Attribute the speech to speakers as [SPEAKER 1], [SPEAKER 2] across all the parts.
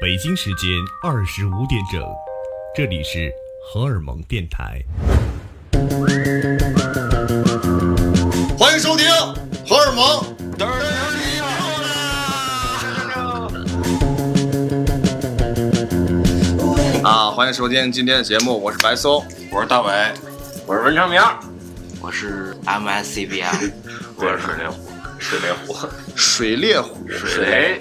[SPEAKER 1] 北京时间二十五点整，这里是荷尔蒙电台。
[SPEAKER 2] 欢迎收听荷尔蒙。啊，欢迎收听今天的节目，我是白松，我是大伟，我是文昌明，
[SPEAKER 3] 我是 MSCBM，
[SPEAKER 4] 我是水雷虎，水雷虎，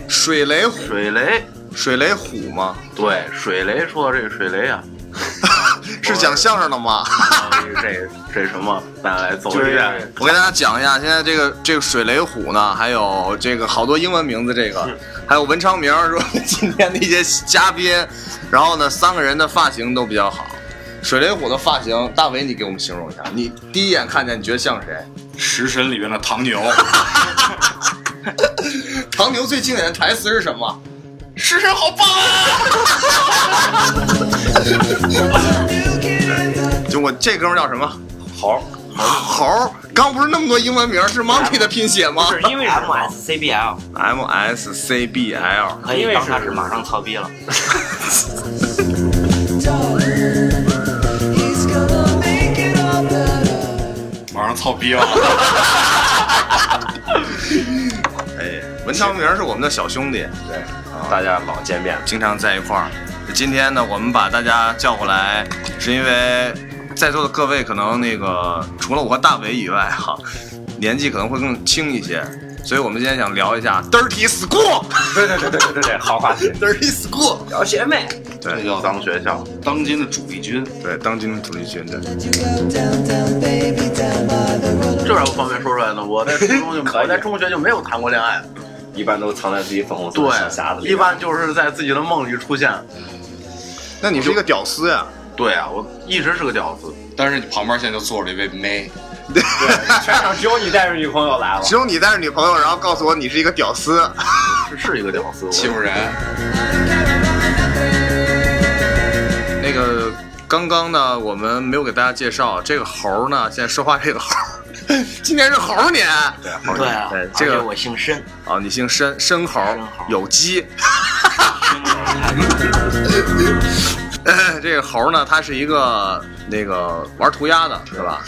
[SPEAKER 2] 水烈虎，水雷
[SPEAKER 4] 水雷，
[SPEAKER 2] 虎，
[SPEAKER 4] 水雷，
[SPEAKER 2] 水雷虎吗？
[SPEAKER 4] 对，水雷。说到这个水雷啊，
[SPEAKER 2] 是讲相声的吗？
[SPEAKER 4] 这这什么再来走一遍，
[SPEAKER 2] 我给大家讲一下，现在这个这个水雷虎呢，还有这个好多英文名字，这个还有文昌明儿说今天的一些嘉宾，然后呢，三个人的发型都比较好。水雷虎的发型，大伟，你给我们形容一下，你第一眼看见你觉得像谁？
[SPEAKER 5] 食神里面的唐牛，
[SPEAKER 2] 唐牛最经典的台词是什么？
[SPEAKER 5] 食神好棒啊！
[SPEAKER 2] 就我这哥们儿叫什么？
[SPEAKER 4] 猴，
[SPEAKER 2] 猴儿，刚不是那么多英文名儿是 monkey 的拼写吗
[SPEAKER 3] 是因为 MSCBL，
[SPEAKER 2] ？M S C B L，
[SPEAKER 3] 可以当他是马上操逼了。
[SPEAKER 6] He's gonna make it all better.
[SPEAKER 5] 马上操逼了，
[SPEAKER 2] 哎，文昌明儿是我们的小兄弟，啊
[SPEAKER 4] 对，大家老见面，
[SPEAKER 2] 经常在一块儿。今天呢，我们把大家叫过来，是因为在座的各位可能那个除了我和大伟以外哈，年纪可能会更轻一些，所以我们今天想聊一下 dirty school，dirty
[SPEAKER 4] 对对对对对对，好话题，
[SPEAKER 2] school，
[SPEAKER 3] 小学妹，
[SPEAKER 4] 这就当学校，
[SPEAKER 5] 当今的主力军，
[SPEAKER 2] 对，当今的主力军，对，
[SPEAKER 6] You go downtown, baby, down by the road.
[SPEAKER 4] 这要不方便说出来呢，我在初中 就
[SPEAKER 3] 可以
[SPEAKER 4] 我在中学就没有谈过恋爱，
[SPEAKER 7] 一般都藏在自己粉红色的小匣子
[SPEAKER 4] 对，
[SPEAKER 7] 里。啊
[SPEAKER 4] 一般就是在自己的梦里出现，
[SPEAKER 2] 那你是一个屌丝呀、
[SPEAKER 4] 对啊，我一直是个屌丝，
[SPEAKER 5] 但是你旁边现在就坐着一位妹，
[SPEAKER 7] 全场只有你带着女朋友来了。
[SPEAKER 2] 只有你带着女朋友，然后告诉我你是一个屌丝，
[SPEAKER 4] 是是一个屌丝，我
[SPEAKER 5] 欺负人，
[SPEAKER 2] 那个刚刚呢，我们没有给大家介绍这个猴呢，现在说话这个猴， 今年是猴年。对，猴
[SPEAKER 3] 对啊，
[SPEAKER 2] 对
[SPEAKER 3] 而
[SPEAKER 2] 这
[SPEAKER 3] 且
[SPEAKER 2] 个
[SPEAKER 3] 我姓申，
[SPEAKER 2] 啊，你姓申，申猴
[SPEAKER 3] 申猴，
[SPEAKER 2] 有鸡。哎这个猴呢，它是一个那个玩涂鸦的，对吧？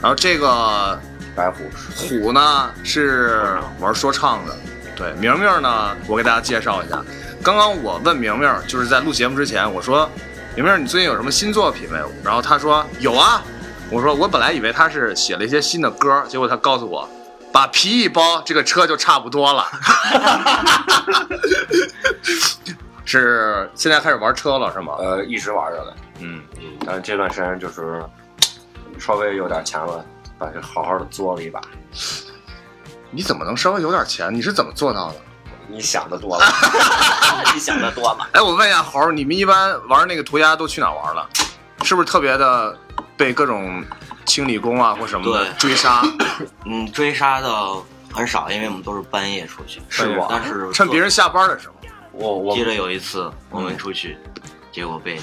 [SPEAKER 2] 然后这个
[SPEAKER 7] 白虎，
[SPEAKER 2] 虎呢是玩说唱的，对，明明呢，我给大家介绍一下。刚刚我问明明，就是在录节目之前，我说：“明明，你最近有什么新作品没有？”然后他说：“有啊。”我说：“我本来以为他是写了一些新的歌，结果他告诉我，把皮一剥，这个车就差不多了。”是现在开始玩车了是吗？
[SPEAKER 7] 呃，一直玩着的。
[SPEAKER 2] 嗯，
[SPEAKER 7] 嗯，但是这段时间就是稍微有点钱了，把这好好的作了一把。
[SPEAKER 2] 你怎么能稍微有点钱？你是怎么做到的？
[SPEAKER 7] 你想的多了，
[SPEAKER 3] 你想的多了。
[SPEAKER 2] 哎，我问一下猴儿，你们一般玩那个涂鸦都去哪儿玩了？是不是特别的被各种清理工啊或什么的
[SPEAKER 3] 对
[SPEAKER 2] 追杀？
[SPEAKER 3] 嗯，追杀的很少，因为我们都是半夜出去。
[SPEAKER 7] 是我
[SPEAKER 3] 但是
[SPEAKER 2] 趁别人下班的时候，
[SPEAKER 7] 我我
[SPEAKER 3] 记得有一次我们出去，结果被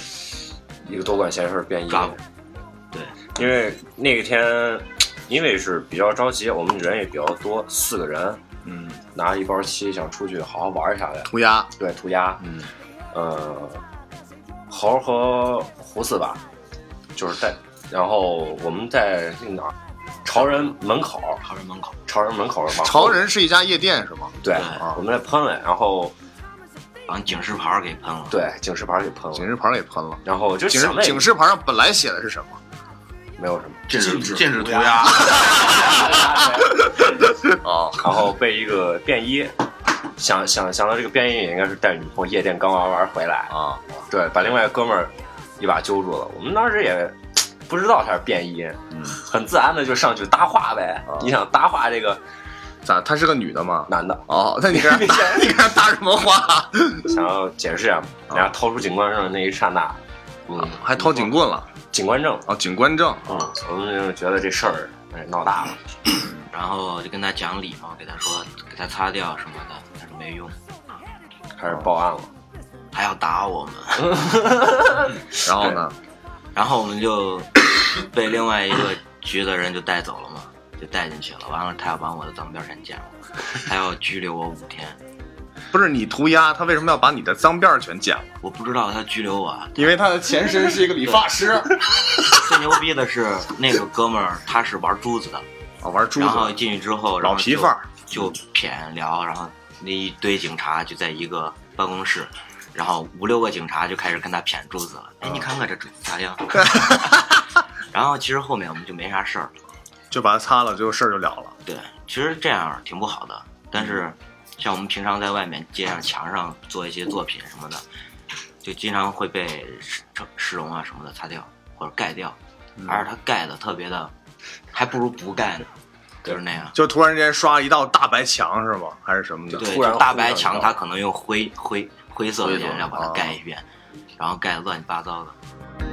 [SPEAKER 7] 一个多管闲事儿变一
[SPEAKER 3] 抓
[SPEAKER 7] 个
[SPEAKER 2] 嗯
[SPEAKER 3] 捕。对，
[SPEAKER 7] 啊因为那个天，因为是比较着急，我们人也比较多，四个人，
[SPEAKER 2] 嗯，
[SPEAKER 7] 拿了一包漆想出去好好玩一下呀。
[SPEAKER 2] 涂鸦，
[SPEAKER 7] 对，涂鸦，
[SPEAKER 2] 嗯，
[SPEAKER 7] 呃，猴和胡四吧，就是在，然后我们在那个哪儿，潮人门口，
[SPEAKER 3] 超市门口，
[SPEAKER 7] 潮人门口往后
[SPEAKER 2] 潮人是嗯一家夜店是吗？
[SPEAKER 7] 对
[SPEAKER 3] 对，
[SPEAKER 7] 我们在喷了，然后
[SPEAKER 3] 把警示牌给喷了。
[SPEAKER 7] 对警示牌给喷
[SPEAKER 2] 警
[SPEAKER 7] 了，
[SPEAKER 2] 示牌给喷了。
[SPEAKER 7] 然后就
[SPEAKER 2] 警示
[SPEAKER 7] 想那
[SPEAKER 2] 警示牌上本来写的是什么？
[SPEAKER 7] 没有什么，
[SPEAKER 5] 禁止
[SPEAKER 4] 禁
[SPEAKER 5] 禁
[SPEAKER 4] 止
[SPEAKER 5] 止涂
[SPEAKER 4] 涂鸦
[SPEAKER 5] 鸦，
[SPEAKER 2] 哦，
[SPEAKER 7] 然后被一个便衣。想想想到这个便衣也应该是带女朋友夜店刚玩完回来，
[SPEAKER 2] 啊，
[SPEAKER 7] 对，把另外一个哥们儿一把揪住了。我们当时也不知道他是便衣，很自然的就上去搭话呗。你想搭话这个
[SPEAKER 2] 咋？她是个女的吗？
[SPEAKER 7] 男的，
[SPEAKER 2] 哦，那你给她你给她搭什么话？
[SPEAKER 7] 想要解释一下，然后掏出警官证的那一刹那，嗯，
[SPEAKER 2] 还掏警棍了？
[SPEAKER 7] 警官证，
[SPEAKER 2] 啊，警官证。
[SPEAKER 7] 嗯，我们就觉得这事儿哎闹大了，
[SPEAKER 3] 然后就跟他讲理嘛，给他说给他擦掉什么的，但是没用，
[SPEAKER 7] 开始报案了。
[SPEAKER 3] 还要打我们。
[SPEAKER 2] 然后呢？
[SPEAKER 3] 然后我们就被另外一个局的人就带走了嘛， 就带进去了。完了，他要把我的脏标签剪了，他要拘留我五天。
[SPEAKER 2] 不是你涂鸦，他为什么要把你的脏辫儿全剪了？
[SPEAKER 3] 我不知道他拘留我啊。
[SPEAKER 2] 因为他的前身是一个理发师，
[SPEAKER 3] 最牛逼的是那个哥们儿，他是玩珠子的，
[SPEAKER 2] 啊，玩珠
[SPEAKER 3] 然后
[SPEAKER 2] 子，
[SPEAKER 3] 进去之后，然
[SPEAKER 2] 老
[SPEAKER 3] 后
[SPEAKER 2] 皮
[SPEAKER 3] 就
[SPEAKER 2] 范儿，
[SPEAKER 3] 就谝聊，然后那一堆警察就在一个办公室，然后五六个警察就开始跟他谝珠子了。哎，
[SPEAKER 2] 哦
[SPEAKER 3] 你看看这珠子咋 样？然后其实后面我们就没啥事儿了。
[SPEAKER 2] 就把它擦了，就事儿就了了。
[SPEAKER 3] 对，其实这样挺不好的。但是像我们平常在外面街上、墙上做一些作品什么的，就经常会被市市容啊什么的擦掉或者盖掉，
[SPEAKER 7] 嗯
[SPEAKER 3] 而且它盖的特别的，还不如不盖呢，就是那样。
[SPEAKER 2] 就突然之间刷一道大白墙是吗？还是什么的？
[SPEAKER 3] 对，
[SPEAKER 7] 突然
[SPEAKER 3] 就大
[SPEAKER 7] 忽然
[SPEAKER 3] 白
[SPEAKER 7] 一
[SPEAKER 3] 墙
[SPEAKER 7] 道
[SPEAKER 3] 它可能用灰灰灰色的
[SPEAKER 7] 灰色
[SPEAKER 3] 颜料把它
[SPEAKER 2] 啊
[SPEAKER 3] 盖一遍，然后盖得乱七八糟的。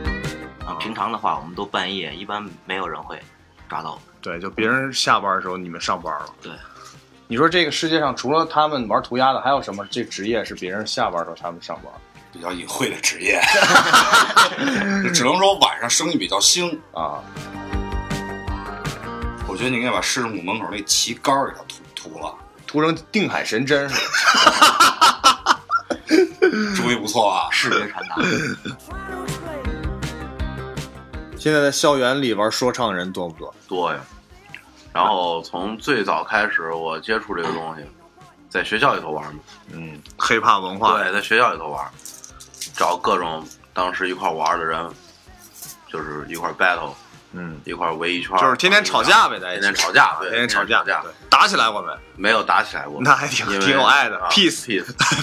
[SPEAKER 3] 然后平常的话，我们都半夜，一般没有人会抓到我们。
[SPEAKER 2] 对，就别人下班的时候，你们上班了。
[SPEAKER 3] 对，
[SPEAKER 2] 你说这个世界上除了他们玩涂鸦的，还有什么这职业是别人下班的时候他们上班？
[SPEAKER 5] 比较隐晦的职业， 只能说晚上生意比较兴。
[SPEAKER 2] 啊，
[SPEAKER 5] 我觉得你应该把师母门口那旗杆儿给它涂涂了，
[SPEAKER 2] 涂成定海神针是吧？
[SPEAKER 5] 主意不错啊。
[SPEAKER 3] 视觉传达，
[SPEAKER 2] 现在在校园里玩说唱人多不多？
[SPEAKER 4] 多呀。然后从最早开始，我接触这个东西，在学校里头玩嘛，
[SPEAKER 2] 嗯，黑怕文化。
[SPEAKER 4] 对，在学校里头玩，找各种当时一块玩的人，就是一块 battle，
[SPEAKER 2] 嗯，
[SPEAKER 4] 一块围一圈，
[SPEAKER 2] 就是天天吵，架呗，在一
[SPEAKER 4] 天
[SPEAKER 2] 起
[SPEAKER 4] 天吵架，对，
[SPEAKER 2] 天天吵
[SPEAKER 4] 架，
[SPEAKER 2] 架，对打起来我们
[SPEAKER 4] 没有打起来过，
[SPEAKER 2] 那还挺
[SPEAKER 4] 因为
[SPEAKER 2] 挺有爱的
[SPEAKER 4] 啊
[SPEAKER 2] peace
[SPEAKER 4] peace，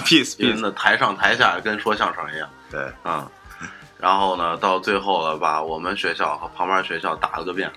[SPEAKER 2] peace
[SPEAKER 4] 因为
[SPEAKER 2] peace。
[SPEAKER 4] 那台上台下跟说相声一样，
[SPEAKER 2] 对，
[SPEAKER 4] 嗯。然后呢，到最后了，把我们学校和旁边学校打了个遍，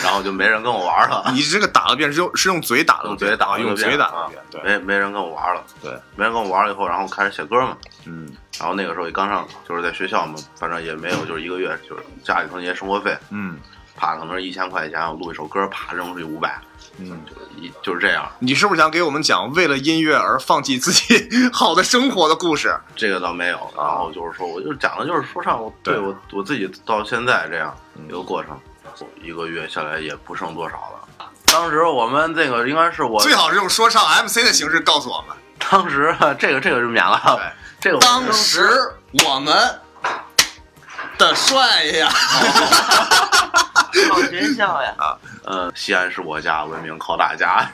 [SPEAKER 4] 然后就没人跟我玩了。
[SPEAKER 2] 你这个打了遍是用是用嘴打的，
[SPEAKER 4] 用嘴打
[SPEAKER 2] 啊
[SPEAKER 4] 了
[SPEAKER 2] 用
[SPEAKER 4] 遍
[SPEAKER 2] 嘴打的
[SPEAKER 4] 啊
[SPEAKER 2] 遍。对，
[SPEAKER 4] 没没人跟我玩了，
[SPEAKER 2] 对，
[SPEAKER 4] 没人跟我玩了以后，然后开始写歌嘛，
[SPEAKER 2] 嗯
[SPEAKER 4] 然后那个时候也刚上，就是在学校嘛，反正也没有，就是一个月，就是家里头那些生活费，
[SPEAKER 2] 嗯
[SPEAKER 4] 啪可能是一千块钱，我录一首歌，啪扔出去五百，
[SPEAKER 2] 嗯，
[SPEAKER 4] 就是一就是这样，
[SPEAKER 2] 你是不是想给我们讲为了音乐而放弃自己 好的生活的故事？
[SPEAKER 4] 这个倒没有，然后就是说，我就讲的就是说唱，我对
[SPEAKER 2] 啊对嗯
[SPEAKER 4] 我我自己到现在这样一个过程，我一个月下来也不剩多少了。当时我们这个应该是我
[SPEAKER 2] 最好是用说唱 MC 的形式告诉我们。
[SPEAKER 4] 当时 这个这个就免了，这个我
[SPEAKER 2] 当时我们的帅呀，
[SPEAKER 3] 好学校
[SPEAKER 7] 啊
[SPEAKER 3] 呀！
[SPEAKER 4] 呃，西安是我家，文明靠大家，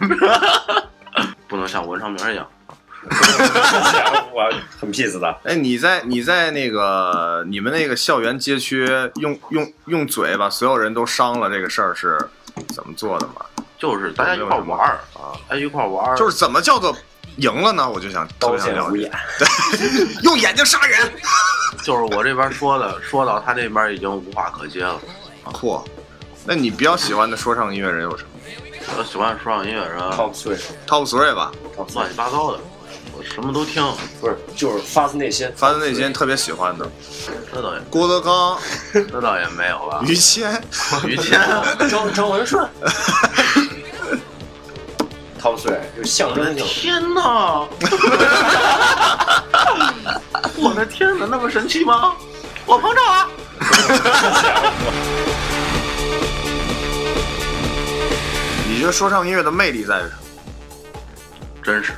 [SPEAKER 4] 不能像文昌明一样。
[SPEAKER 7] 我很 peace 的，
[SPEAKER 2] 哎，你在你在那个你们那个校园街区用用用嘴把所有人都伤了这个事儿是怎么做的吗？
[SPEAKER 4] 就是大家一块玩儿啊，大家一块玩儿，
[SPEAKER 2] 就是怎么叫做赢了呢？我就想特
[SPEAKER 7] 刀
[SPEAKER 2] 别想
[SPEAKER 7] 剑
[SPEAKER 2] 了
[SPEAKER 7] 无
[SPEAKER 2] 解，
[SPEAKER 7] 眼，
[SPEAKER 2] 用眼睛杀人，
[SPEAKER 4] 就是我这边说的，说到他这边已经无话可接了。
[SPEAKER 2] 嚯！那你比较喜欢的说唱音乐人有什么
[SPEAKER 4] 我喜欢说唱音乐人，
[SPEAKER 7] Top Three，
[SPEAKER 2] ？Top three 吧，
[SPEAKER 4] 乱七八糟的，我什么都听，
[SPEAKER 7] 不是就是发自内心，
[SPEAKER 2] 发自内心特别喜欢的
[SPEAKER 4] 这倒也
[SPEAKER 2] 郭德纲、
[SPEAKER 4] 这倒也没有吧。
[SPEAKER 2] 于谦，
[SPEAKER 4] 于谦，
[SPEAKER 7] 张张文 顺，Top Three 有象征 性，
[SPEAKER 4] 天哪！我的天哪，那么神奇吗？我膨胀了。
[SPEAKER 2] 你觉得说唱音乐的魅力在于什么？
[SPEAKER 4] 真是，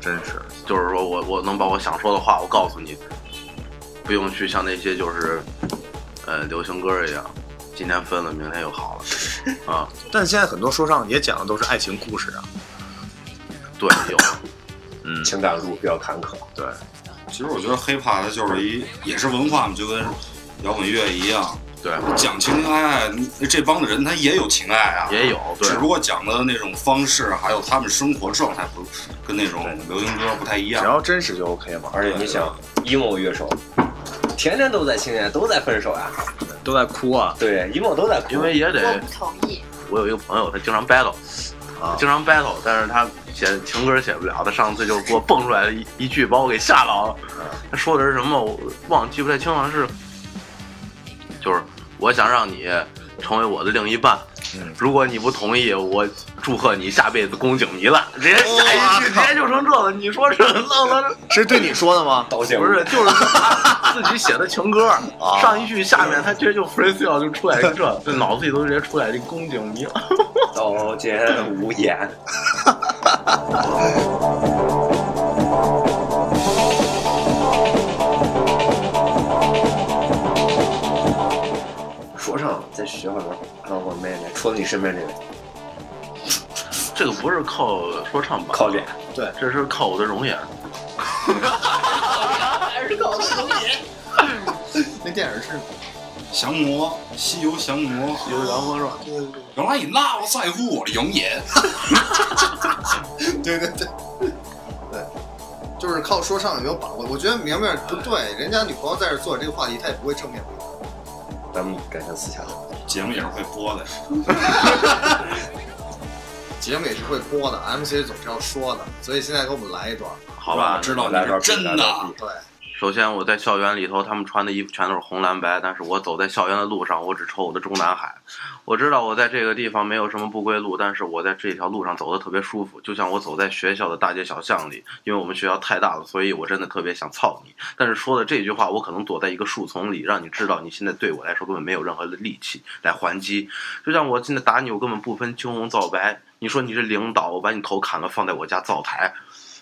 [SPEAKER 2] 真是，
[SPEAKER 4] 就是说我我能把我想说的话，我告诉你，不用去像那些就是，呃，流行歌一样，今天分了，明天又好了，啊，
[SPEAKER 2] 但现在很多说唱也讲的都是爱情故事啊。
[SPEAKER 4] 对，有，嗯，
[SPEAKER 7] 情感路比较坎坷，
[SPEAKER 2] 对，
[SPEAKER 5] 其实我觉得 hiphop 它就是一，也是文化嘛，就跟摇滚乐一样，
[SPEAKER 4] 对，
[SPEAKER 5] 讲情爱，你这帮的人他也有情爱啊，
[SPEAKER 4] 也有，对
[SPEAKER 5] 只，不过讲的那种方式，还有他们生活状态不跟那种流行歌不太一
[SPEAKER 2] 只
[SPEAKER 5] 样。
[SPEAKER 2] 要真实就 OK 嘛。
[SPEAKER 7] 而且你想，emo 乐手天天都在情感，都在分手啊，
[SPEAKER 2] 都在哭啊，
[SPEAKER 7] 对，emo 都在哭，
[SPEAKER 4] 因为也
[SPEAKER 8] 我
[SPEAKER 4] 得
[SPEAKER 8] 不，同意，
[SPEAKER 4] 我有一个朋友，他经常 battle，
[SPEAKER 2] 啊
[SPEAKER 4] 经常 battle，但是他写情歌写不了，他上次就是给我蹦出来了一一句，把我给吓到了。
[SPEAKER 2] 啊
[SPEAKER 4] 他说的是什么？我忘记不太清了，是，就是我想让你成为我的另一半。
[SPEAKER 2] 嗯
[SPEAKER 4] 如果你不同意，我祝贺你下辈子宫颈糜烂。直接下一句，直接就成这了。你说这弄的
[SPEAKER 2] 是对你说的吗？
[SPEAKER 7] 刀剑无
[SPEAKER 4] 不
[SPEAKER 7] 眼
[SPEAKER 4] 是，就是他自己写的情歌，上一句下面他直接就 freestyle 就出来一个这，这脑子里头直接出来这宫颈糜烂。
[SPEAKER 7] 刀剑无眼。学会摇滚摇滚妹妹，除了你身边这位，
[SPEAKER 4] 这个不是靠说唱吧？
[SPEAKER 7] 靠脸，
[SPEAKER 4] 对，这是靠我的容颜。
[SPEAKER 2] 那电影是
[SPEAKER 5] 降魔，西游降魔，
[SPEAKER 4] 有阳光是吧？
[SPEAKER 5] 原来你那么在乎我的容颜，
[SPEAKER 2] 对对对，对，就是靠说唱有没有把握？我觉得明明不对，人家女朋友在这做这个话题，她也不会正面回答。
[SPEAKER 7] 咱们改成私下聊。
[SPEAKER 5] 节目也是会播的。
[SPEAKER 2] 节目也是会播的，MC 总是要说的，所以现在给我们来一段。
[SPEAKER 4] 好吧，
[SPEAKER 5] 知道你
[SPEAKER 7] 来段
[SPEAKER 5] 是真
[SPEAKER 7] 来段
[SPEAKER 5] 的，
[SPEAKER 2] 对，
[SPEAKER 4] 首先我在校园里头，他们穿的衣服全都是红蓝白，但是我走在校园的路上，我只抽我的中南海。我知道我在这个地方没有什么不归路，但是我在这条路上走的特别舒服，就像我走在学校的大街小巷里。因为我们学校太大了，所以我真的特别想操你。但是说了这句话，我可能躲在一个树丛里，让你知道你现在对我来说根本没有任何的力气来还击。就像我现在打你，我根本不分青红皂白。你说你是领导，我把你头砍了放在我家灶台，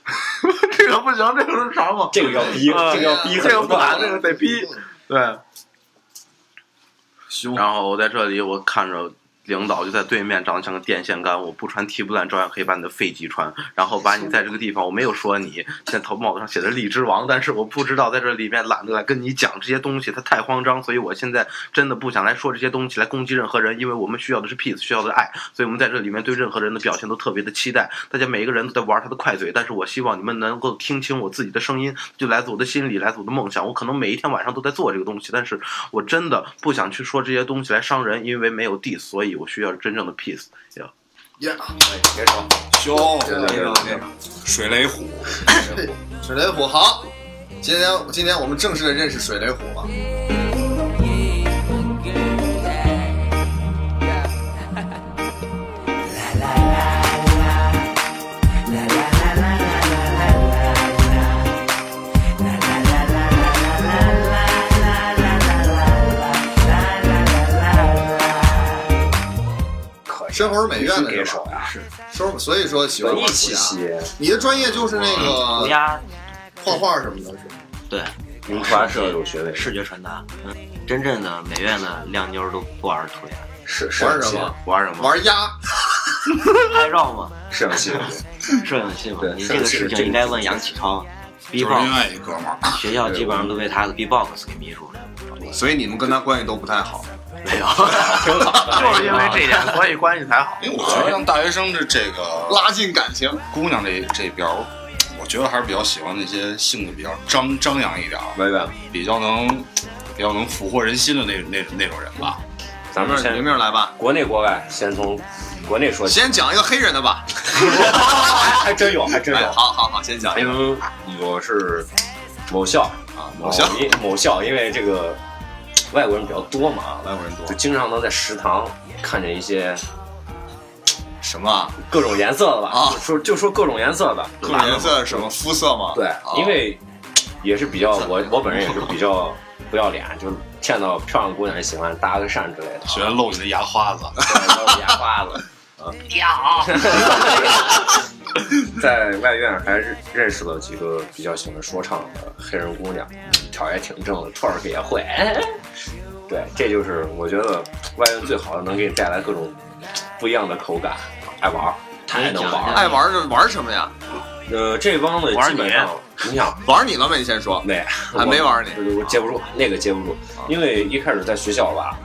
[SPEAKER 4] 这个不行，这个是啥吗？
[SPEAKER 7] 这个要逼，
[SPEAKER 4] 啊
[SPEAKER 7] 这个要逼
[SPEAKER 4] 这
[SPEAKER 7] 很
[SPEAKER 4] 个不
[SPEAKER 7] 大
[SPEAKER 4] 打，这个得逼。对，
[SPEAKER 2] 嗯
[SPEAKER 5] 凶
[SPEAKER 4] 然后我在这里，我看着领导就在对面，长得像个电线杆。我不穿 T 不烂，照样可以把你的肺击穿。然后把你在这个地方，我没有说你，现在头帽子上写的荔枝王，但是我不知道在这里面懒得来跟你讲这些东西，它太慌张，所以我现在真的不想来说这些东西来攻击任何人，因为我们需要的是 peace，需要的是爱，所以我们在这里面对任何人的表现都特别的期待。大家每一个人都在玩他的快嘴，但是我希望你们能够听清我自己的声音，就来自我的心里，来自我的梦想。我可能每一天晚上都在做这个东西，但是我真的不想去说这些东西来伤人，因为没有 diss，所以我需要真正的 peace。
[SPEAKER 2] 耶、
[SPEAKER 7] 别吵，
[SPEAKER 5] 凶，
[SPEAKER 2] 对对对对
[SPEAKER 5] 水雷虎，
[SPEAKER 2] 水雷虎好。今天今天我们正式的认识水雷虎了。
[SPEAKER 7] 可以。
[SPEAKER 2] 生活美院的
[SPEAKER 7] 给
[SPEAKER 2] 是
[SPEAKER 7] 手
[SPEAKER 2] 吧？
[SPEAKER 7] 呀，
[SPEAKER 2] 收，所以说喜欢
[SPEAKER 7] 文
[SPEAKER 2] 玩
[SPEAKER 7] 艺
[SPEAKER 2] 涂
[SPEAKER 7] 气
[SPEAKER 2] 鸦。
[SPEAKER 7] 息，
[SPEAKER 2] 你的专业就是那
[SPEAKER 3] 嗯涂
[SPEAKER 2] 个
[SPEAKER 3] 鸦
[SPEAKER 2] 画画什么的，是吧？
[SPEAKER 3] 对
[SPEAKER 7] 名传社有学位，
[SPEAKER 3] 视觉传达，嗯，真正的美院的靓妞都不玩涂鸦，
[SPEAKER 7] 是
[SPEAKER 2] 玩
[SPEAKER 7] 摄
[SPEAKER 2] 什
[SPEAKER 7] 影
[SPEAKER 2] 么？
[SPEAKER 4] 玩什么？
[SPEAKER 2] 玩鸭。
[SPEAKER 3] 拍照嘛，
[SPEAKER 7] 系，摄影系，
[SPEAKER 3] 摄影系嘛
[SPEAKER 7] 对，
[SPEAKER 3] 你这个
[SPEAKER 7] 摄
[SPEAKER 3] 事
[SPEAKER 7] 影系
[SPEAKER 3] 情应该问杨启超
[SPEAKER 5] 就是另
[SPEAKER 3] ，B-box
[SPEAKER 5] 外一哥们儿，
[SPEAKER 3] 学校基本上都被他的 B-box 给迷住了。
[SPEAKER 2] 所以你们跟他关系都不太好。
[SPEAKER 3] 没有，
[SPEAKER 4] 就是因为这点， 所以关系才
[SPEAKER 2] 哎
[SPEAKER 4] 好。
[SPEAKER 5] 因为我觉得像大学生这这个
[SPEAKER 2] 拉近感情，
[SPEAKER 5] 哎姑娘这这边儿，我觉得还是比较喜欢那些性子比较张张扬一点儿，
[SPEAKER 7] 文远，
[SPEAKER 5] 比较能比较能俘获人心的那那那种人吧。
[SPEAKER 7] 咱们
[SPEAKER 2] 明
[SPEAKER 7] 先
[SPEAKER 2] 明来吧，
[SPEAKER 7] 国内国外先从国内说起，
[SPEAKER 2] 先讲一个黑人的吧。
[SPEAKER 7] 还真有，还真
[SPEAKER 2] 哎，
[SPEAKER 7] 有。
[SPEAKER 2] 好好好，先讲一
[SPEAKER 7] 因
[SPEAKER 2] 个
[SPEAKER 7] 为我是某校
[SPEAKER 2] 啊，
[SPEAKER 7] 某
[SPEAKER 2] 某校
[SPEAKER 7] 因某校，因为这个外国人比较多嘛，
[SPEAKER 2] 外国人多
[SPEAKER 7] 就经常能在食堂看见一些
[SPEAKER 2] 什么啊？
[SPEAKER 7] 各种颜色的吧，
[SPEAKER 2] 啊
[SPEAKER 7] 就说就说各种颜色的，
[SPEAKER 2] 各种颜色什么肤色吗？
[SPEAKER 7] 对
[SPEAKER 2] 啊，嗯
[SPEAKER 7] 因为也是比较我我本人也是比较不要脸，就见到漂亮姑娘也喜欢搭个讪之类的，啊
[SPEAKER 5] 喜欢露你的牙花子，
[SPEAKER 7] 然后牙花子。啊， 在外院还认认识了几个比较喜欢说唱的黑人姑娘，跳嗯也挺正的，串儿也 会。对，这就是我觉得外院最好的，能给你带来各种不一样的口感，爱玩儿，
[SPEAKER 3] 哎
[SPEAKER 7] 太能玩儿了。
[SPEAKER 2] 爱玩就玩什么呀？
[SPEAKER 7] 呃，这帮的基本上，你想
[SPEAKER 2] 玩你了没？你先说。
[SPEAKER 7] 那
[SPEAKER 2] 还没玩呢
[SPEAKER 7] 我我接不住，那个接不住，
[SPEAKER 2] 啊
[SPEAKER 7] 因为一开始在学校吧，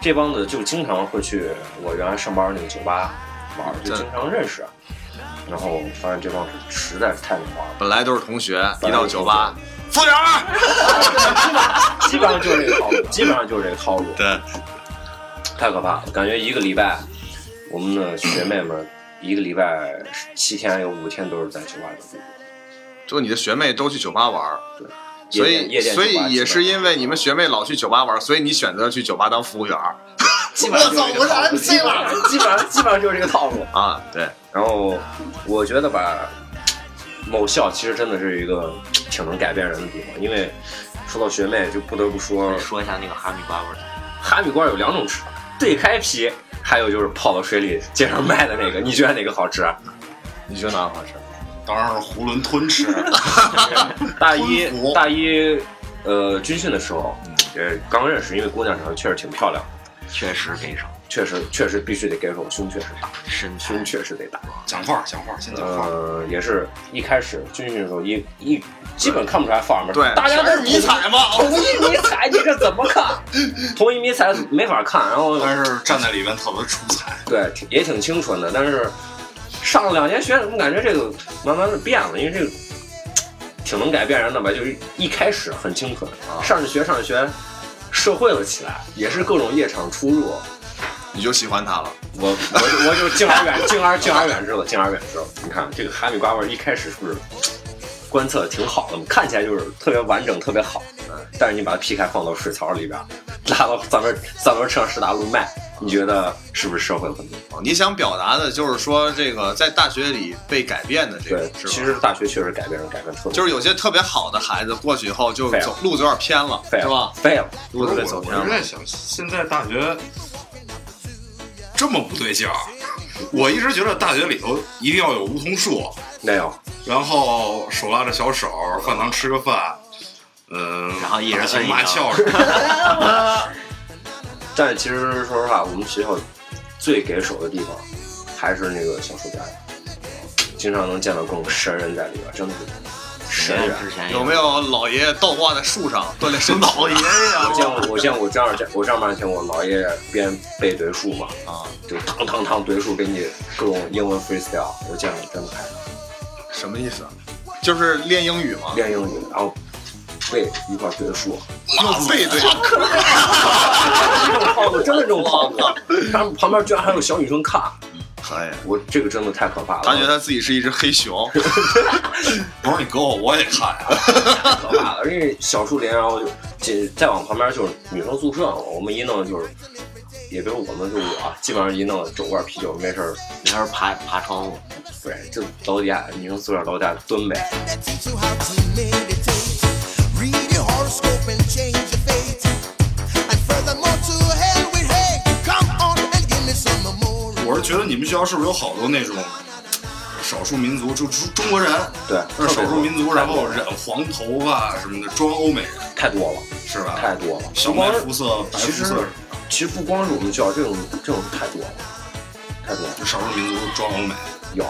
[SPEAKER 7] 这帮子就经常会去我原来上班那个酒吧玩，就经常认识，然后发现这帮子实在是太能 玩了，
[SPEAKER 2] 本来都是同学，一到酒吧，服务员儿，
[SPEAKER 7] 基本上就是这个套路，基本上就是这个套路，
[SPEAKER 5] 对，
[SPEAKER 7] 太可怕了，感觉一个礼拜，我们的学妹们一个礼拜七天有五天都是在酒吧里，
[SPEAKER 2] 就你的学妹都去酒吧玩儿，所
[SPEAKER 7] 夜店
[SPEAKER 2] 以
[SPEAKER 7] 夜店酒
[SPEAKER 2] 所
[SPEAKER 7] 吧
[SPEAKER 2] 以也
[SPEAKER 7] 基
[SPEAKER 2] 是
[SPEAKER 7] 本
[SPEAKER 2] 因为你们学妹老去酒吧玩儿，所以你选择去酒吧当服务员儿
[SPEAKER 7] 基本上就是这个套路，基本上基本上基本上就是这个套路。
[SPEAKER 2] 啊？对，
[SPEAKER 7] 然后我觉得吧，某校其实真的是一个挺能改变人的地方，因为说到学妹，就不得不说
[SPEAKER 3] 说一下那个哈密瓜味儿。
[SPEAKER 7] 哈密瓜有两种吃法，对开皮，还有就是泡到水里街上卖的那个，你觉得哪个好吃？啊
[SPEAKER 2] 你觉得哪个好吃？
[SPEAKER 5] 当然是囫囵吞吃。
[SPEAKER 7] 大一
[SPEAKER 5] 吞服
[SPEAKER 7] 大一呃军训的时候，呃刚认识，因为姑娘长得确实挺漂亮的，
[SPEAKER 3] 确实给手，
[SPEAKER 7] 确实确实必须得给手，胸确实大，
[SPEAKER 3] 身材
[SPEAKER 7] 胸确实得大。
[SPEAKER 5] 讲话讲话，先讲话。
[SPEAKER 7] 呃，也是一开始军训的时候，一一基本看不出来范儿嘛，
[SPEAKER 2] 对
[SPEAKER 7] 大家都
[SPEAKER 2] 全是迷彩嘛
[SPEAKER 7] 统一迷彩这个怎么看？统一迷彩没法看，然后
[SPEAKER 5] 但是站在里面特别出彩，
[SPEAKER 7] 对挺也挺清纯的，但是上了两年学，我感觉这个慢慢的变了，因为这个挺能改变人的吧，就是一开始很清纯，上着学上着学，社会了起来，也是各种夜场出入，
[SPEAKER 2] 你就喜欢他了。
[SPEAKER 7] 我我我就敬而远敬而敬而远之了，敬而远之了。你看这个哈密瓜味儿一开始是不是观测挺好的？看起来就是特别完整，特别好。嗯，但是你把它劈开放到水槽里边，拉到三轮三轮车上十大路卖，你觉得是不是社会很多？
[SPEAKER 2] 哦你想表达的就是说，这个在大学里被改变的这个
[SPEAKER 7] 对，，
[SPEAKER 2] 是吧？
[SPEAKER 7] 其实大学确实改变人改变特别，
[SPEAKER 2] 就是有些特别好的孩子过去以后就
[SPEAKER 7] 废了
[SPEAKER 2] 走路就有点偏了，
[SPEAKER 7] 废
[SPEAKER 2] 是吧
[SPEAKER 7] 了？，废了。
[SPEAKER 2] 路就
[SPEAKER 5] 我
[SPEAKER 2] 给走偏
[SPEAKER 5] 我是
[SPEAKER 2] 了。
[SPEAKER 5] 在想，现在大学这么不对劲儿。我一直觉得大学里头一定要有梧桐树，
[SPEAKER 7] 没有，
[SPEAKER 5] 然后手拉着小手，饭堂吃个饭，嗯、
[SPEAKER 3] 然后一人
[SPEAKER 5] 打情
[SPEAKER 3] 摁一
[SPEAKER 5] 骂
[SPEAKER 3] 刀
[SPEAKER 5] 俏什么的。
[SPEAKER 7] 但是其实说实话，我们学校最给手的地方还是那个小说家，经常能见到各种神人在里边，真的是神人。
[SPEAKER 3] 之前
[SPEAKER 2] 有没有老爷爷倒挂在树上锻炼身体？老爷爷
[SPEAKER 7] 我见过，我见过这样，我丈母娘见过老爷爷边背怼数嘛，
[SPEAKER 2] 啊，
[SPEAKER 7] 就当当当怼数，给你各种英文 freestyle，我见过真的还
[SPEAKER 2] 什么意思啊？就是练英语吗？
[SPEAKER 7] 练英语，然后背一块怼数，
[SPEAKER 2] 用背 对，
[SPEAKER 7] 这种套路真的这种套路，然后旁边居然还有小女生看，
[SPEAKER 2] 哎呀，
[SPEAKER 7] 我这个真的太可怕了，
[SPEAKER 2] 他觉得他自己是一只黑熊，
[SPEAKER 5] 不是你搁我，我也看啊呀。
[SPEAKER 7] 太可怕了，因为小树林，然后就进再往旁边就是女生宿舍嘛，我们一弄就是。也别说我们，就我啊基本上一弄整罐啤酒，没事儿，
[SPEAKER 3] 那时候爬爬窗户，
[SPEAKER 7] 对，就楼底下女生宿舍楼底下蹲呗，
[SPEAKER 8] that teach you how to meditate. Read your horoscope and change your fate. And furthermore, to hell with hate. Come on and give me some more.
[SPEAKER 5] 我是觉得你们学校是不是有好多那种少数民族，就中中国人，
[SPEAKER 7] 对
[SPEAKER 5] 但是少数民族，
[SPEAKER 7] 特别多
[SPEAKER 5] 然后染黄头发什么的，装欧美人，
[SPEAKER 7] 太多了。
[SPEAKER 5] 是吧？
[SPEAKER 7] 太多了。
[SPEAKER 5] 小麦肤色、白
[SPEAKER 7] 其
[SPEAKER 5] 肤
[SPEAKER 7] 实
[SPEAKER 5] 色，
[SPEAKER 7] 其实不光是我们学校这种这种太多了，太多了。
[SPEAKER 5] 就少数民族装欧美。
[SPEAKER 7] 有，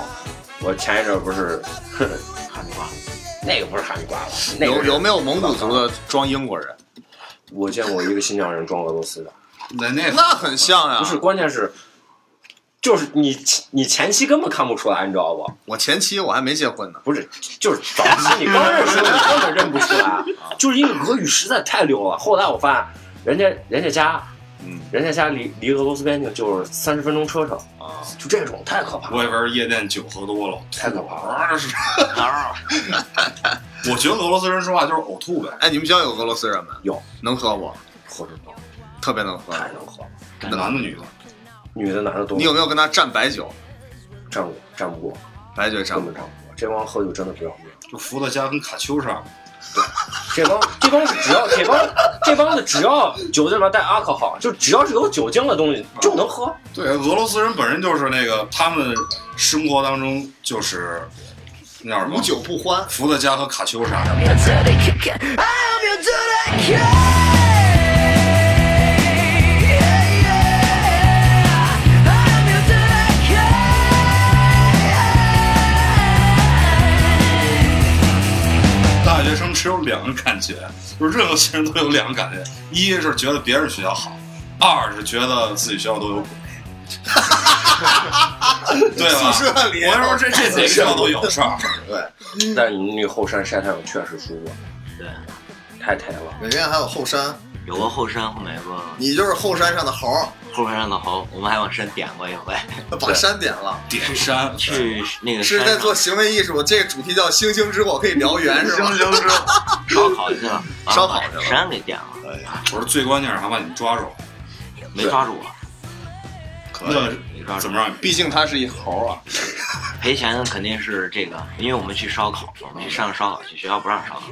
[SPEAKER 7] 我前一阵儿不是，呵呵
[SPEAKER 3] 哈密瓜，
[SPEAKER 7] 那个不是哈密瓜了，那个
[SPEAKER 2] 有
[SPEAKER 7] 是
[SPEAKER 2] 有没有蒙古族的装英国人？
[SPEAKER 7] 我见过一个新疆人装俄罗斯的，
[SPEAKER 5] 那那
[SPEAKER 2] 那很像呀。
[SPEAKER 7] 不是，关键是。就是你前，你前期根本看不出来，你知道不？
[SPEAKER 2] 我前妻我还没结婚呢，
[SPEAKER 7] 不是，就是早期你刚认识的时候你根本认不出 来，就是因为俄语实在太溜了。后来我发现，人家人家家，
[SPEAKER 5] 嗯，
[SPEAKER 7] 人家家离离俄罗斯边境就是三十分钟车程
[SPEAKER 5] 啊，
[SPEAKER 7] 就这种太可怕了，
[SPEAKER 5] 我也是夜店酒喝多了，
[SPEAKER 7] 太可怕了。
[SPEAKER 5] 啊是。 我觉得俄罗斯人说话就是呕吐呗。
[SPEAKER 2] 哎，你们学校有俄罗斯人吗？
[SPEAKER 7] 有，
[SPEAKER 2] 能喝不？
[SPEAKER 7] 喝着多，
[SPEAKER 2] 特别能喝。
[SPEAKER 7] 太能喝了，
[SPEAKER 5] 男的女的，
[SPEAKER 7] 女的男的都
[SPEAKER 2] 嗯你有没有跟他蘸白酒？
[SPEAKER 7] 站不站不过，
[SPEAKER 2] 白酒也蘸
[SPEAKER 7] 根
[SPEAKER 2] 不
[SPEAKER 7] 本
[SPEAKER 2] 过
[SPEAKER 7] 站。不过。这帮喝酒真的不要命，
[SPEAKER 5] 就伏在家跟卡秋莎，
[SPEAKER 7] 这帮这帮是只要这帮这帮子只要酒里面带 alcohol，就只要是有酒精的东西就能喝。
[SPEAKER 5] 对，俄罗斯人本身就是那个，他们生活当中就是那叫什么
[SPEAKER 2] 无？酒不欢。
[SPEAKER 5] 伏特加和卡秋莎。
[SPEAKER 8] I'm your dirty cat. I'm your dirty cat.
[SPEAKER 5] 大学生只有两个感觉，就是任何学生都有两个感觉：一是觉得别人学校好，二是觉得自己学校都有鬼。 对吧？
[SPEAKER 2] 宿舍里
[SPEAKER 5] 我跟你说这这几个学校都 有事儿。
[SPEAKER 2] 嗯
[SPEAKER 7] 但你那个后山晒太阳确实舒服，
[SPEAKER 3] 对，
[SPEAKER 7] 太甜了。
[SPEAKER 9] 人家还有后山，
[SPEAKER 3] 有个后山，后面有个
[SPEAKER 9] 你就是后山上的猴儿，
[SPEAKER 3] 后山上的猴，我们还往山点过一回，
[SPEAKER 9] 把山点了。
[SPEAKER 5] 点山
[SPEAKER 3] 去那个
[SPEAKER 9] 是
[SPEAKER 3] 山
[SPEAKER 9] 在
[SPEAKER 3] 上
[SPEAKER 9] 做行为艺术，这个主题叫“星星之火可以燎原”，是吧？
[SPEAKER 5] 行之。
[SPEAKER 3] 烧烤去了，啊
[SPEAKER 9] 烧烤去
[SPEAKER 3] 把
[SPEAKER 9] 了
[SPEAKER 3] 山给点了，
[SPEAKER 5] 哎呀，我说最关键是还把你们抓住，
[SPEAKER 3] 没抓住我，没抓
[SPEAKER 5] 那
[SPEAKER 3] 住
[SPEAKER 5] 怎么让你
[SPEAKER 2] 毕竟他是一猴啊，
[SPEAKER 3] 赔钱肯定是这个，因为我们去烧烤，我们去上烧烤去，学校不让烧烤，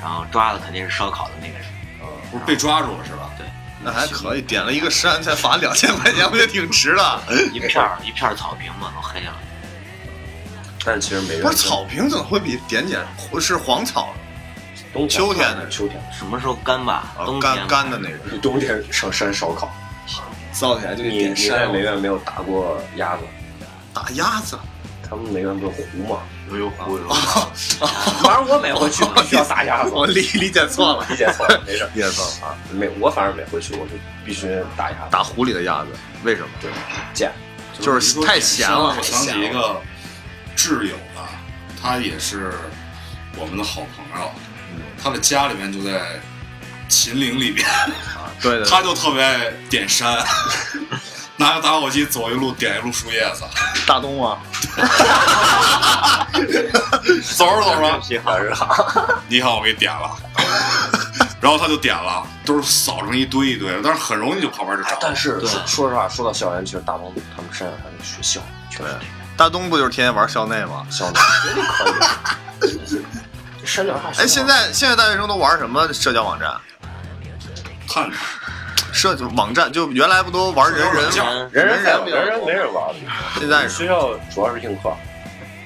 [SPEAKER 3] 然后抓的肯定是烧烤的那个人。
[SPEAKER 5] 不是被抓住了是吧？
[SPEAKER 2] 那还可以，点了一个山才罚两千块钱，不就挺值的？
[SPEAKER 3] 一片儿一片儿草坪嘛，都黑了。
[SPEAKER 7] 但其实没人
[SPEAKER 2] 不是草坪怎么会比点点是黄草
[SPEAKER 7] 冬啊
[SPEAKER 2] 秋天的
[SPEAKER 7] 秋天，
[SPEAKER 3] 什么时候干吧？
[SPEAKER 2] 啊
[SPEAKER 3] 冬天
[SPEAKER 2] 干干的那种？
[SPEAKER 7] 你冬天上山烧烤，
[SPEAKER 2] 造起来就得
[SPEAKER 7] 你
[SPEAKER 2] 点
[SPEAKER 7] 你在
[SPEAKER 2] 山
[SPEAKER 7] 美院没有打过鸭子？
[SPEAKER 2] 打鸭子，
[SPEAKER 7] 他们美院不是湖 吗？
[SPEAKER 4] 悠悠忽悠，
[SPEAKER 7] 反正我每回 去必须要打鸭子，
[SPEAKER 2] 我理理解错 了，
[SPEAKER 7] 理解错了，没事。
[SPEAKER 2] 理解错了，
[SPEAKER 7] 啊，每我反正每回去我就必须打鸭子，
[SPEAKER 2] 打湖里的鸭子，为什么？
[SPEAKER 7] 对见。
[SPEAKER 2] 就是太闲了
[SPEAKER 5] 我想起一个挚友吧，他也是我们的好朋友，他的家里面就在秦岭里边，
[SPEAKER 2] 对对对，
[SPEAKER 5] 他就特别爱点山， 拿个打火机走一路点一路树叶子，
[SPEAKER 2] 大东啊，
[SPEAKER 5] 走着走着，
[SPEAKER 7] 你好，你好，
[SPEAKER 5] 你好，我给点了，然后他就点了，都是扫成一堆一堆的，但是很容易就旁边就找到
[SPEAKER 7] 啊但是说说实话，说到校园，其实大东他们山上还有学校，确实
[SPEAKER 2] 大东不就是天天玩校内吗？
[SPEAKER 7] 校内绝对可以。山脚啊下学校
[SPEAKER 2] 哎，现在现在大学生都玩什么社交网站？
[SPEAKER 5] 看着。
[SPEAKER 2] 社就网站就原来不都玩人人
[SPEAKER 5] 社交网
[SPEAKER 2] 吗？
[SPEAKER 7] 人人
[SPEAKER 2] 人
[SPEAKER 7] 人人人没人玩了，
[SPEAKER 2] 现在是
[SPEAKER 7] 嗯学校主要是映客，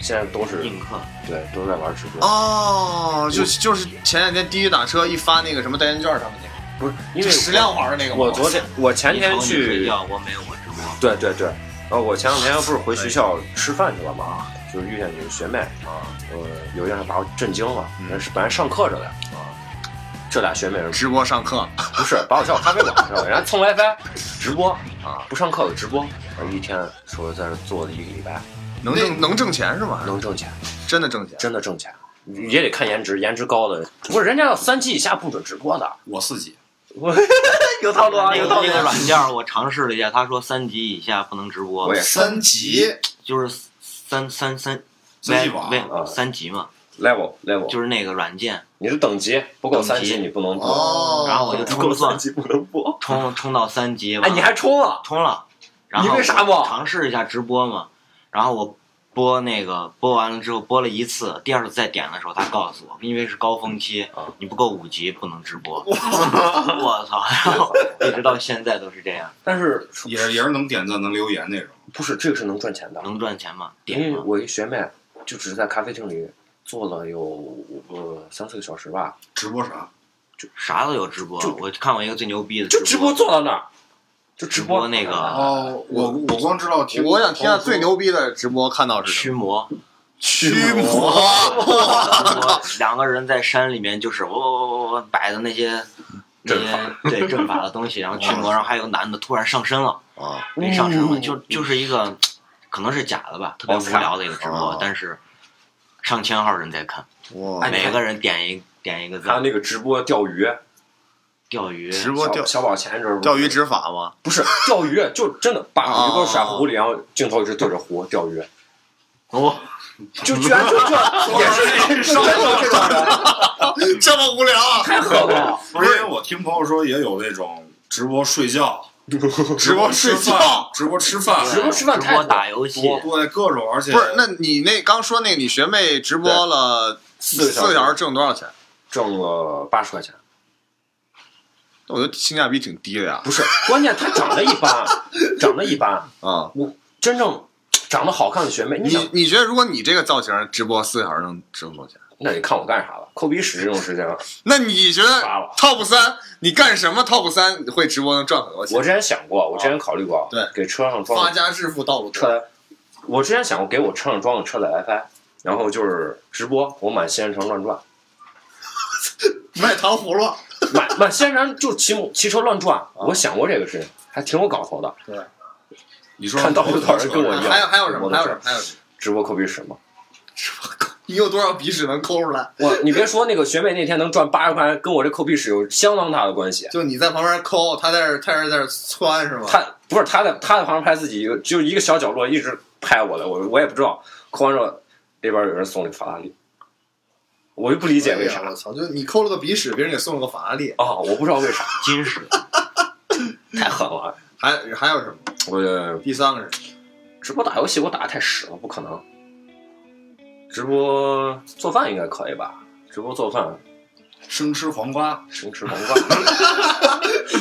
[SPEAKER 7] 现在都是
[SPEAKER 3] 映客，
[SPEAKER 7] 对都在玩直播。
[SPEAKER 2] 哦，就就是前两天滴滴打车一发那个什么代言券上面那个，
[SPEAKER 7] 不是因
[SPEAKER 2] 就
[SPEAKER 7] 为
[SPEAKER 2] 矢量玩的那个吗
[SPEAKER 7] 我昨天我前天
[SPEAKER 3] 你睡
[SPEAKER 7] 去
[SPEAKER 3] 觉，我没有我直播，
[SPEAKER 7] 对对对，然后我前两天不是回学校吃饭去了嘛，就是遇见你的学妹啊，呃，有一件事把我震惊了，那是本来上课着的啊，这俩学妹是
[SPEAKER 2] 直播上课，
[SPEAKER 7] 不是把我叫到咖啡馆去了，然后蹭 WiFi 直播啊，不上课的直播，然后一天说在这坐了一个礼拜，
[SPEAKER 2] 能挣能挣钱是吗？
[SPEAKER 7] 能挣钱，
[SPEAKER 2] 真的挣钱？
[SPEAKER 7] 真的挣钱，也得看颜值，颜值高的不是人家要三级以下不准直播的，
[SPEAKER 5] 我自己
[SPEAKER 7] 我 有套路啊，
[SPEAKER 3] 那
[SPEAKER 7] 有
[SPEAKER 3] 个
[SPEAKER 7] 套路
[SPEAKER 3] 那个软件儿我尝试了一下，他说三级以下不能直播
[SPEAKER 7] 我，也
[SPEAKER 2] 三级
[SPEAKER 3] 就是三三三
[SPEAKER 5] 三级网
[SPEAKER 3] 喂喂
[SPEAKER 7] 啊
[SPEAKER 3] 三级嘛，
[SPEAKER 7] level level，
[SPEAKER 3] 就是那个软件，
[SPEAKER 7] 你的等级不够三级
[SPEAKER 3] 等级
[SPEAKER 7] 你不能播，
[SPEAKER 2] 哦，
[SPEAKER 3] 然后我就
[SPEAKER 7] 不
[SPEAKER 3] 冲
[SPEAKER 7] 够
[SPEAKER 3] 算
[SPEAKER 7] 三级不能播。
[SPEAKER 3] 冲冲到三级，
[SPEAKER 7] 哎，你还冲了？
[SPEAKER 3] 通了，然后
[SPEAKER 7] 你为啥不
[SPEAKER 3] 我尝试一下直播嘛？然后我播那个播完了之后播了一次，第二次再点的时候，他告诉我，因为是高峰期
[SPEAKER 7] 啊，
[SPEAKER 3] 你不够五级不能直播。我操！然后一直到现在都是这样，
[SPEAKER 7] 但是
[SPEAKER 5] 也是也是能点赞能留言那种，
[SPEAKER 7] 不是这个是能赚钱的？
[SPEAKER 3] 能赚钱吗？
[SPEAKER 7] 因
[SPEAKER 3] 点
[SPEAKER 7] 为
[SPEAKER 3] 吗？
[SPEAKER 7] 我一学妹就只是在咖啡厅里坐了有呃三四个小时吧，
[SPEAKER 5] 直播啥？
[SPEAKER 3] 啥都有直播
[SPEAKER 7] 就。
[SPEAKER 3] 我看过一个最牛逼的，
[SPEAKER 7] 就直播坐到那儿，就
[SPEAKER 3] 直
[SPEAKER 7] 直播
[SPEAKER 3] 播那个
[SPEAKER 5] 哦，我我光知道听，哦
[SPEAKER 2] 我想听下最牛逼的直播看到是什
[SPEAKER 3] 驱
[SPEAKER 2] 么
[SPEAKER 3] 魔，
[SPEAKER 2] 驱魔，
[SPEAKER 3] 驱魔两个人在山里面就是哦我我我我摆的那些。那些对阵法的东西，然后驱魔，
[SPEAKER 7] 哦
[SPEAKER 3] 然后还有男的突然上身了，
[SPEAKER 2] 啊，
[SPEAKER 3] 没上升了，
[SPEAKER 7] 嗯
[SPEAKER 3] 就就是一个可能是假的吧，特别无聊的一个直播
[SPEAKER 2] 哦，
[SPEAKER 3] 但是上千号人在看，
[SPEAKER 2] 哇
[SPEAKER 7] 哎，你
[SPEAKER 3] 每
[SPEAKER 7] 看
[SPEAKER 3] 个人点一点一个
[SPEAKER 7] 还有
[SPEAKER 3] 赞，
[SPEAKER 7] 那个直播钓鱼，
[SPEAKER 3] 钓鱼，
[SPEAKER 2] 直播钓
[SPEAKER 7] 小小宝前一阵儿不是
[SPEAKER 2] 钓鱼执法 吗？
[SPEAKER 7] 不是钓鱼，就真 的把
[SPEAKER 2] 啊
[SPEAKER 7] 鱼钩甩湖里，然后镜头一直对着湖钓鱼，
[SPEAKER 3] 哦，
[SPEAKER 7] 就居然就这也是真有这种人，
[SPEAKER 2] 这么无聊啊，
[SPEAKER 7] 太狠了。
[SPEAKER 5] 不是因为我听朋友说也有那种直播睡觉、
[SPEAKER 2] 直播睡
[SPEAKER 5] 吃饭
[SPEAKER 2] 觉、
[SPEAKER 5] 直播吃饭、
[SPEAKER 7] 直播吃饭
[SPEAKER 3] 直
[SPEAKER 7] 太
[SPEAKER 3] 播
[SPEAKER 7] 多
[SPEAKER 3] 打游戏，
[SPEAKER 5] 对各种，而且
[SPEAKER 2] 不是？那你那刚说那个你学妹直播了
[SPEAKER 7] 四个
[SPEAKER 2] 四个
[SPEAKER 7] 小
[SPEAKER 2] 小
[SPEAKER 7] 时
[SPEAKER 2] 时挣多少钱？
[SPEAKER 7] 挣了八十块钱，
[SPEAKER 2] 我觉得性价比挺低的呀。
[SPEAKER 7] 不是关键，他长得一般，长得一般，
[SPEAKER 2] 啊，
[SPEAKER 7] 我真正长得好看的学妹，你想
[SPEAKER 2] 你你觉得如果你这个造型直播四个小时能挣多少钱？啊
[SPEAKER 7] 那你看我干啥了？抠鼻屎这种事情，
[SPEAKER 2] 那你觉得
[SPEAKER 7] 发了
[SPEAKER 2] top 三，你干什么 top 三会直播能赚很多钱？
[SPEAKER 7] 我之前想过，我之前考虑过，
[SPEAKER 2] 对
[SPEAKER 7] 给车上装
[SPEAKER 2] 发
[SPEAKER 7] 个
[SPEAKER 2] 家致富道路多
[SPEAKER 7] 车载，我之前想过给我车上装个车载 WiFi，然后就是直播，我满西安城乱转，
[SPEAKER 2] 卖糖葫芦，
[SPEAKER 7] 满满西安城就骑骑车乱转，
[SPEAKER 2] 啊
[SPEAKER 7] 我想过这个事情，还挺有搞头的。
[SPEAKER 5] 你说
[SPEAKER 7] 看到有多少人跟我一样
[SPEAKER 2] 还有还有什么？
[SPEAKER 7] 我的
[SPEAKER 2] 还有
[SPEAKER 7] 天
[SPEAKER 2] 什么？还有什么？
[SPEAKER 7] 直播抠鼻屎 嘛，
[SPEAKER 2] 你有多少鼻屎能抠出来？
[SPEAKER 7] 我你别说那个学妹那天能赚八十块，钱，跟我这抠鼻屎有相当大的关系。
[SPEAKER 2] 就你在旁边抠，他在这儿他在这儿窜是吗？
[SPEAKER 7] 他不是他在他在旁边拍自己一个，就一个小角落一直拍我的，我我也不知道。抠完之后，那边有人送了个法拉利，我就不理解为啥
[SPEAKER 2] 哎呀我操！就你抠了个鼻屎，别人给送了个法拉利，
[SPEAKER 7] 啊，我不知道 为啥，
[SPEAKER 3] 金石，
[SPEAKER 7] 太狠了。
[SPEAKER 2] 还还有什么？
[SPEAKER 7] 我
[SPEAKER 2] 第三个是什么
[SPEAKER 7] 直播打游戏我打的太屎了，不可能。直播做饭应该可以吧？直播做饭，
[SPEAKER 5] 生吃黄瓜，
[SPEAKER 7] 生吃黄瓜，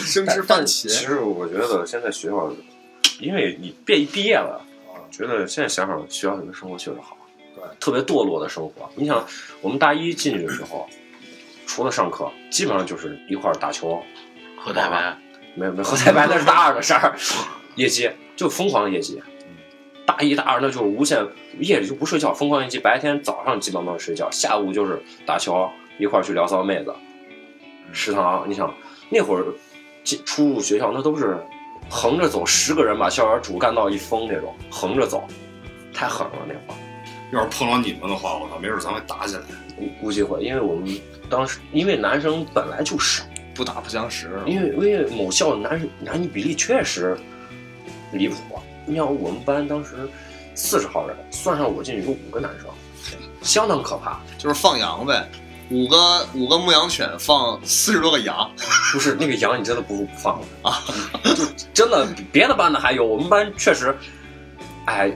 [SPEAKER 2] 生吃
[SPEAKER 7] 但
[SPEAKER 2] 番
[SPEAKER 7] 但其
[SPEAKER 2] 茄。
[SPEAKER 7] 实我觉得现在学校，因为你毕毕业了，觉得现在想想学校里的生活确实好，
[SPEAKER 2] 对，
[SPEAKER 7] 特别堕落的生活。你想，我们大一进去的时候，除了上课，基本上就是一块儿打球、
[SPEAKER 3] 后台呗，
[SPEAKER 7] 没有没有，后台班那是大二的事儿， 夜街就疯狂的夜街。大一、大二那就是无限，夜里就不睡觉，疯狂夜街，白天早上基本都是睡觉，下午就是打球，一块儿去聊骚妹子，食堂。你想那会儿进出入学校那都是横着走，十个人把校园主干道一封那种，横着走，太狠了那会儿。
[SPEAKER 5] 要是碰到你们的话，我操，没准咱会打起来。
[SPEAKER 7] 估估计会，因为我们当时因为男生本来就少，
[SPEAKER 2] 不打不相识。
[SPEAKER 7] 因为因为某校男男女比例确实离谱。啊你想我们班当时四十号人，算上我进去有五个男生，相当可怕。
[SPEAKER 2] 就是放羊呗，五个五个牧羊犬放四十多个羊，
[SPEAKER 7] 不是那个羊，你真的不如不放了啊！就真的别的班的还有，我们班确实，哎，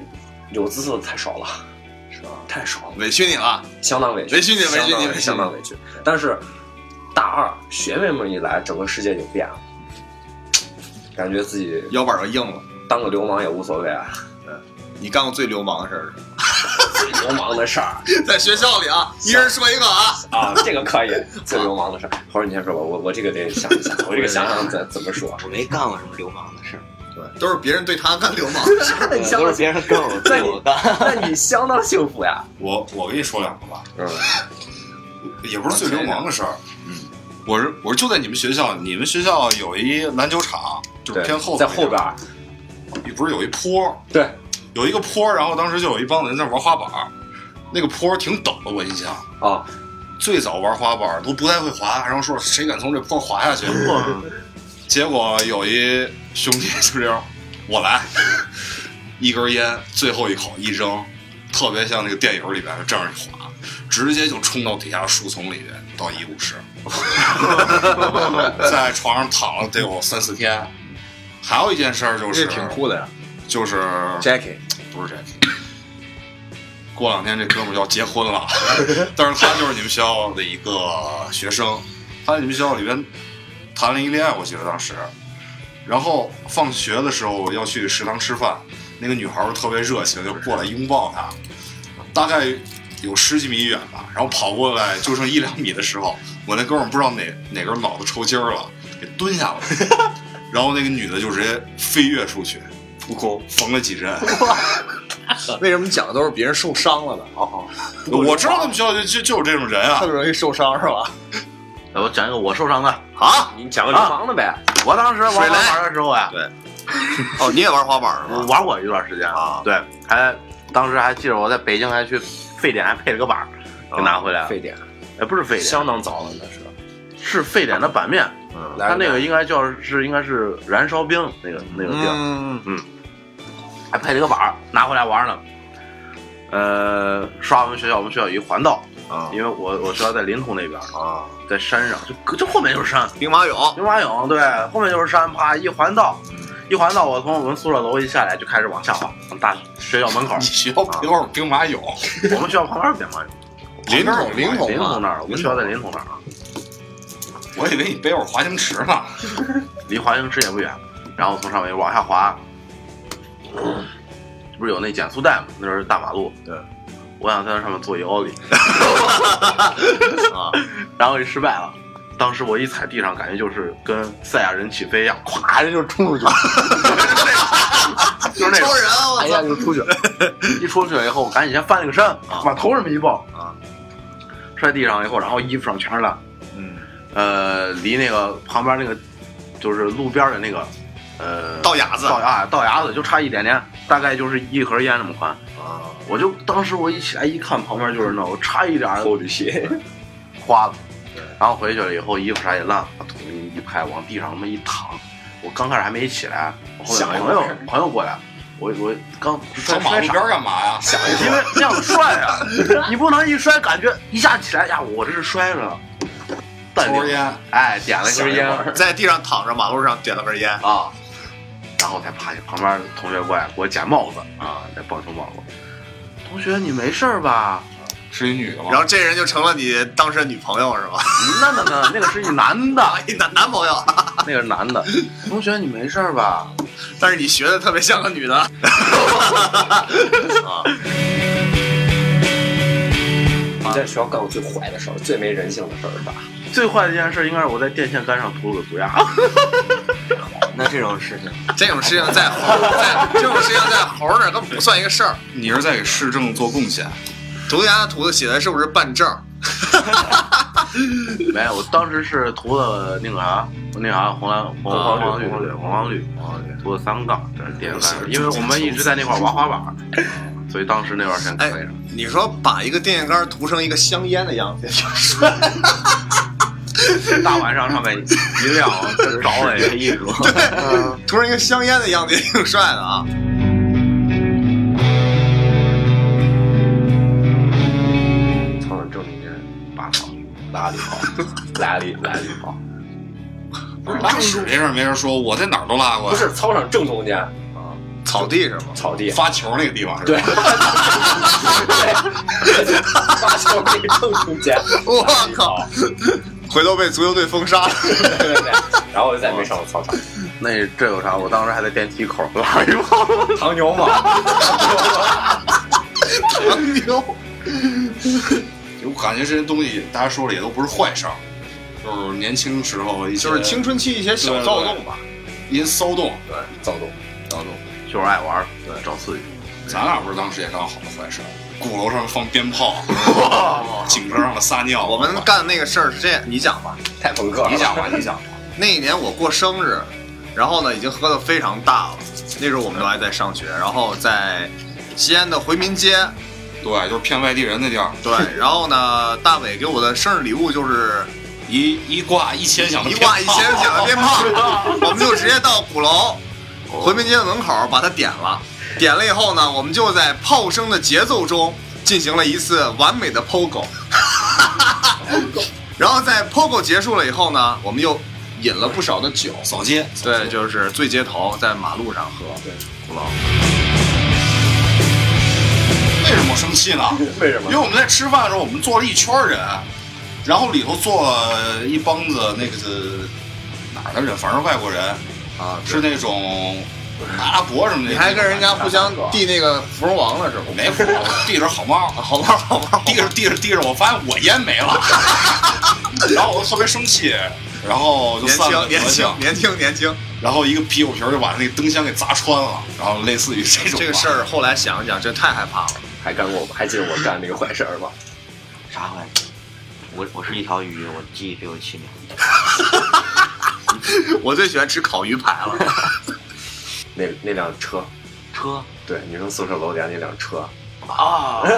[SPEAKER 7] 有姿色的太少了，
[SPEAKER 2] 是吧？
[SPEAKER 7] 太少了，
[SPEAKER 2] 委屈你了，
[SPEAKER 7] 相当委屈，
[SPEAKER 2] 委屈你委屈你
[SPEAKER 7] 相当
[SPEAKER 2] 委屈你
[SPEAKER 7] 相当委屈。但是大二学妹们一来，整个世界就变了，感觉自己
[SPEAKER 2] 腰板儿都硬了。
[SPEAKER 7] 当个流氓也无所谓啊，
[SPEAKER 2] 你干过最流氓的事儿是什
[SPEAKER 7] 最流氓的事儿。
[SPEAKER 2] 么， 在学校里啊，一人说一个啊。
[SPEAKER 7] 啊，这个 可以，最流氓的事儿。或者你先说吧，我我这个得想一 想，我这个想想怎怎么说。
[SPEAKER 3] 我没干过什么流氓的事儿，
[SPEAKER 2] 对，都是别人对他干流氓。
[SPEAKER 7] 那你相
[SPEAKER 3] 都
[SPEAKER 7] 当
[SPEAKER 3] 是，别人跟我对我干。
[SPEAKER 7] 那你相当幸福呀。
[SPEAKER 5] 我我跟你说两个吧，
[SPEAKER 7] 嗯，
[SPEAKER 5] 也不是最流氓的事儿。嗯，我是我是就在你们学校，你们学校有一篮球场，就是
[SPEAKER 7] 对，
[SPEAKER 5] 偏后
[SPEAKER 7] 在
[SPEAKER 5] 头一
[SPEAKER 7] 后
[SPEAKER 5] 点
[SPEAKER 7] 边儿，
[SPEAKER 5] 不是有一坡，
[SPEAKER 7] 对，
[SPEAKER 5] 有一个坡，然后当时就有一帮人在玩滑板儿，那个坡挺陡的，我印象。
[SPEAKER 7] 啊，
[SPEAKER 5] 最早玩滑板儿都不太会滑，然后说谁敢从这坡滑下去？结果有一兄弟就这样，我来，一根烟最后一口一扔，特别像那个电影里边这样一滑，直接就冲到底下树丛里边到医务室，在床上躺了得有三四天。还有一件事儿就是，
[SPEAKER 2] 的呀
[SPEAKER 5] 就是
[SPEAKER 2] ，Jackie。
[SPEAKER 5] 不是这个。过两天这哥们儿要结婚了，但是他就是你们学校的一个学生，他在你们学校里边谈了一恋爱，我记得当时。然后放学的时候要去食堂吃饭，那个女孩儿特别热情，就过来拥抱他，大概有十几米远吧。然后跑过来就剩一两米的时候，我那哥们儿不知道哪哪根脑子抽筋儿了，给蹲下了。然后那个女的就直接飞跃出去，扑空缝了几针。
[SPEAKER 2] 为什么讲的都是别人受伤了的？
[SPEAKER 5] 我知道他们学校就就就有这种人啊
[SPEAKER 2] 特，别容易受伤是吧？
[SPEAKER 4] 来我讲一个我受伤的。
[SPEAKER 2] 啊，
[SPEAKER 7] 你讲个流氓的呗。
[SPEAKER 4] 我当时玩滑
[SPEAKER 2] 水雷
[SPEAKER 4] 板的时候呀，
[SPEAKER 2] 哦，你也玩滑板是
[SPEAKER 4] 我
[SPEAKER 2] 吧？
[SPEAKER 4] 玩过一段时间
[SPEAKER 2] 啊
[SPEAKER 4] 对，还当时还记得我在北京还去沸点还配了个板儿，给拿回来了。
[SPEAKER 7] 沸啊点，
[SPEAKER 4] 哎，不是沸点，
[SPEAKER 7] 相当早了那是。
[SPEAKER 4] 是沸点的版面，
[SPEAKER 2] 嗯
[SPEAKER 4] 它那个应该叫是应该是燃烧兵那个那个地儿，
[SPEAKER 2] 嗯，
[SPEAKER 4] 还配了个板儿，拿回来玩呢。呃，刷我们学校，我们学校有一环道，
[SPEAKER 2] 啊
[SPEAKER 4] 因为我我学校在临潼那边，
[SPEAKER 2] 啊，
[SPEAKER 4] 在山上，就就后面就是山，
[SPEAKER 2] 兵马俑，
[SPEAKER 4] 兵马俑对，后面就是山，啪一环道，
[SPEAKER 2] 嗯
[SPEAKER 4] 一环道，我从我们宿舍楼一下来就开始往下滑，往大学校门口
[SPEAKER 5] 你，学校不
[SPEAKER 2] 啊
[SPEAKER 5] 就是兵马俑？
[SPEAKER 4] 我们学校旁边兵马俑。
[SPEAKER 5] 临潼临
[SPEAKER 2] 哦
[SPEAKER 5] 潼，
[SPEAKER 4] 临潼那儿，我们学校在临潼那儿啊，
[SPEAKER 5] 我以为你背我滑行池呢。
[SPEAKER 4] 离华清池也不远。然后从上面往下滑，这不是有那减速带吗？那是大马路。
[SPEAKER 2] 对，
[SPEAKER 4] 我想在那上面做 一奥利，啊然后给失败了。当时我一踩地上，感觉就是跟赛亚人起飞一样，咵，人就冲出去了，就是 那种，
[SPEAKER 2] 超人啊！我
[SPEAKER 4] 哎呀，
[SPEAKER 2] 操，
[SPEAKER 4] 就出 去了。一出去以后，我赶紧先翻了个身，把头这么一抱，
[SPEAKER 2] 啊，
[SPEAKER 4] 摔地上以后，然后衣服上全是烂。
[SPEAKER 2] 嗯，
[SPEAKER 4] 呃，离那个旁边那个就是路边的那个呃
[SPEAKER 2] 倒牙子
[SPEAKER 4] 倒牙倒牙子就差一点点，大概就是一盒烟那么宽。
[SPEAKER 2] 啊，
[SPEAKER 4] 我就当时我一起来哎一看，旁边就是那，我差一点儿
[SPEAKER 7] Holy shit！
[SPEAKER 4] 花了。然后回去了以后，衣服啥也烂了，把桶一拍，往地上那么一躺。我刚开始还没起来，我后
[SPEAKER 7] 想
[SPEAKER 4] 来
[SPEAKER 7] 一
[SPEAKER 4] 朋
[SPEAKER 7] 会
[SPEAKER 4] 友
[SPEAKER 7] 儿
[SPEAKER 4] 朋友过来，我我刚摔
[SPEAKER 5] 走马
[SPEAKER 4] 摔
[SPEAKER 5] 路
[SPEAKER 4] 傻
[SPEAKER 5] 边儿干嘛 呀？
[SPEAKER 4] 因为那样摔啊，你不能一摔感觉一下起来呀，我这是摔了，淡
[SPEAKER 5] 抽根
[SPEAKER 4] 定，
[SPEAKER 5] 烟，
[SPEAKER 4] 哎，点了根烟啊，
[SPEAKER 2] 在地上躺着，马路上点了根烟，
[SPEAKER 4] 然后才趴下。旁边同学过来给我捡帽子啊，那棒球帽子。同学，你没事儿吧？
[SPEAKER 5] 是一女的
[SPEAKER 2] 然
[SPEAKER 5] 吗？
[SPEAKER 2] 后这人就成了你当时的女朋友是吧？
[SPEAKER 4] 那那那那个是一男的，
[SPEAKER 2] 啊，一男男朋友，
[SPEAKER 4] 那个是男的。同学，你没事儿吧？
[SPEAKER 2] 但是你学的特别像个女的。
[SPEAKER 4] 啊
[SPEAKER 7] 你在学校干过最坏的事儿，最没人性的事儿是吧？
[SPEAKER 4] 最坏的一件事应该是我在电线杆上涂了个涂鸦，
[SPEAKER 3] 那这种事情，
[SPEAKER 2] 这种事情在猴在这种事情在猴那儿根本不算一个事儿。
[SPEAKER 5] 你是在给市政做贡献，
[SPEAKER 2] 涂鸦的图子写的是不是办证儿？
[SPEAKER 4] 没有，我当时是涂了那个啥，那啥红蓝红黄黄绿对红黄绿，涂了三杠，这是点个三，因为我们一直在那块儿玩滑板，所以当时那段时间可
[SPEAKER 2] 哎
[SPEAKER 4] 以了。，
[SPEAKER 2] 你说把一个电线杆涂成一个香烟的样子，
[SPEAKER 4] 大晚上上面一亮，真着了也。
[SPEAKER 3] 艺术。
[SPEAKER 2] 涂成一个香烟的样子也挺帅的啊。
[SPEAKER 7] 操了正明人，八套，拉力跑，拉力拉力跑，
[SPEAKER 5] 拉
[SPEAKER 2] 啊
[SPEAKER 5] 屎没事没事说，我在哪儿都拉过
[SPEAKER 7] 不，是操场正中间
[SPEAKER 2] 草地是吗？
[SPEAKER 7] 草地，啊
[SPEAKER 5] 发球那个地方是吧？
[SPEAKER 7] 对，发球那正中间，
[SPEAKER 2] 我靠！回头被足球队封杀了。
[SPEAKER 7] 对对对，然后我就再也没上过操场。
[SPEAKER 4] 那这有啥？我当时还在电梯口拉一泡，
[SPEAKER 7] 唐牛嘛，
[SPEAKER 2] 唐牛，
[SPEAKER 5] 我感觉这些东西大家说的也都不是坏事儿，就是年轻时候一些
[SPEAKER 2] 就是青春期一些小躁动吧。
[SPEAKER 5] 一些骚动，
[SPEAKER 7] 躁动，
[SPEAKER 5] 骚动。
[SPEAKER 4] 就是爱玩，对，找刺激。
[SPEAKER 5] 咱俩不是当时也干好多坏事儿，鼓楼上放 鞭炮，
[SPEAKER 7] 哦
[SPEAKER 5] 井车上的撒尿，
[SPEAKER 2] 我们干那个事儿是这样，你讲吧。
[SPEAKER 7] 太朋克了。
[SPEAKER 5] 你想吧，你想吧，
[SPEAKER 2] 那一年我过生日，然后呢已经喝得非常大了，那时候我们都还在上学，然后在西安的回民街，
[SPEAKER 5] 对，就是骗外地人的地儿，
[SPEAKER 2] 对，然后呢大伟给我的生日礼物就是
[SPEAKER 5] 一一挂一千响的
[SPEAKER 2] 一
[SPEAKER 5] 鞭炮，
[SPEAKER 2] 挂一千响的鞭炮，我们就直接到鼓楼回民街的门口把它点了。点了以后呢，我们就在炮声的节奏中进行了一次完美的 POGO。然后在 POGO 结束了以后呢，我们又饮了不少的酒，
[SPEAKER 5] 扫街，扫街
[SPEAKER 2] 对，就是醉街头，在马路上喝，对，鼓楼。
[SPEAKER 5] 为什么生气呢？
[SPEAKER 7] 为什
[SPEAKER 5] 因为？我们在吃饭的时候，我们坐了一圈儿人，然后里头坐了一帮子那个哪儿的人，反正是外国人啊，是那种阿拉伯什么的。
[SPEAKER 2] 你还跟人家互相
[SPEAKER 7] 大哥
[SPEAKER 2] 递那个芙蓉王了是吗？
[SPEAKER 5] 没谱，递着 好帽，好帽，好帽，递着递着递着，我发现我烟没了，然后我就特别生气，然后就
[SPEAKER 2] 年
[SPEAKER 5] 散
[SPEAKER 2] 轻，
[SPEAKER 5] 了
[SPEAKER 2] 年
[SPEAKER 5] 德性
[SPEAKER 2] 轻，，年轻，年轻。
[SPEAKER 5] 然后一个啤酒瓶儿就把那灯箱给砸穿了，然后类似于这种吧
[SPEAKER 2] 这个事儿后来想一想，真太害怕了。
[SPEAKER 7] 还干过，还记得我干那个坏事儿吗？
[SPEAKER 3] 啥玩意？我我是一条鱼，我记忆只有七秒。
[SPEAKER 2] 我最喜欢吃烤鱼排了。
[SPEAKER 7] 那那辆车，
[SPEAKER 3] 车
[SPEAKER 7] 对，女生宿舍楼底下那辆车，
[SPEAKER 3] 啊
[SPEAKER 7] 啊
[SPEAKER 3] 对对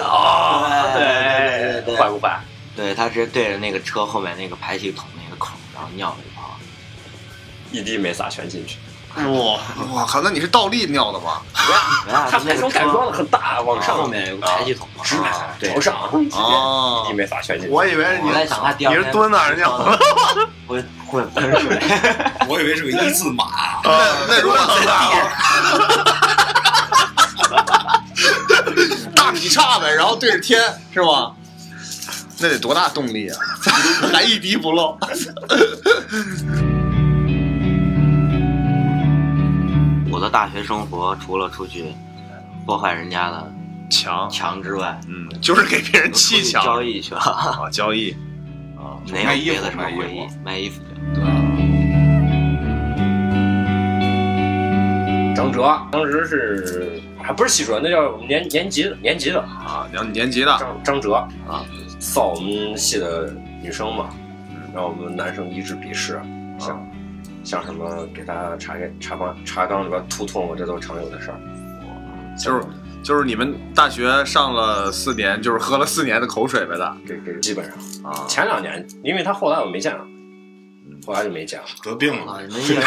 [SPEAKER 3] 对
[SPEAKER 7] 坏
[SPEAKER 3] 对
[SPEAKER 7] 不坏？
[SPEAKER 3] 对，他直接对着那个车后面那个排气筒那个孔，然后尿了一泡。
[SPEAKER 7] 一滴没洒，全进去。
[SPEAKER 2] 哇，我靠，那你是倒立尿的吗？
[SPEAKER 7] 它排
[SPEAKER 3] 从
[SPEAKER 7] 风改装的很大，往上
[SPEAKER 3] 后面有个啊排气筒嘛，啊对啊
[SPEAKER 7] 朝。上，
[SPEAKER 2] 哦
[SPEAKER 7] 一滴没洒，全进去。
[SPEAKER 4] 我以为
[SPEAKER 3] 我在想他第二天
[SPEAKER 4] 你是蹲那儿尿
[SPEAKER 3] 了， 会会喷水。
[SPEAKER 5] 我以为是个一字马，
[SPEAKER 2] 那 那如果 大劈叉呗，然后对着天是吗？那得多大动力啊！ 还一滴不漏。
[SPEAKER 3] 我的大学生活除了出去破坏人家的
[SPEAKER 2] 强，
[SPEAKER 3] 墙之外，
[SPEAKER 2] 嗯，就是给别人砌
[SPEAKER 3] 出去交
[SPEAKER 2] 墙
[SPEAKER 3] 易去 了，
[SPEAKER 2] 啊，交易。
[SPEAKER 3] 没
[SPEAKER 5] 卖
[SPEAKER 3] 有
[SPEAKER 5] 衣服
[SPEAKER 3] 别的什么
[SPEAKER 5] 卖衣
[SPEAKER 3] 回忆
[SPEAKER 5] 服，
[SPEAKER 3] 卖衣服去。
[SPEAKER 7] 张哲当时是还不是系主任，那叫年年级的年级的
[SPEAKER 2] 啊，然后年级的
[SPEAKER 7] 张张哲啊，臊我们系的女生嘛，让我们男生一致鄙视，像像什么给他茶给茶缸茶缸里边吐唾沫，这都是常有的事儿。
[SPEAKER 2] 就是就是 你们大学上了四年，就是喝了四年的口水呗的
[SPEAKER 7] 这这基本上
[SPEAKER 2] 啊。
[SPEAKER 7] 前两年，因为他后来我没见了，后来就没见了。
[SPEAKER 5] 得病了。
[SPEAKER 3] 啊，人家 你们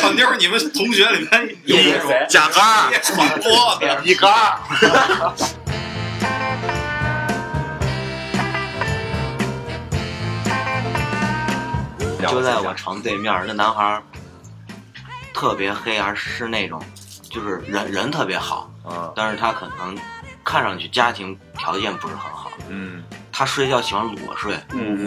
[SPEAKER 5] 肯定是你们同学里面有
[SPEAKER 7] 有
[SPEAKER 5] 那种
[SPEAKER 7] 谁？
[SPEAKER 2] 假咖 儿，
[SPEAKER 5] 传播的。
[SPEAKER 2] 一杆儿。
[SPEAKER 3] 就在我床对面儿，那男孩儿特别黑，而是那种就是人人特别好，
[SPEAKER 2] 啊，
[SPEAKER 3] 但是他可能看上去家庭条件不是很好。
[SPEAKER 2] 嗯，
[SPEAKER 3] 他睡觉喜欢裸睡，
[SPEAKER 7] 嗯，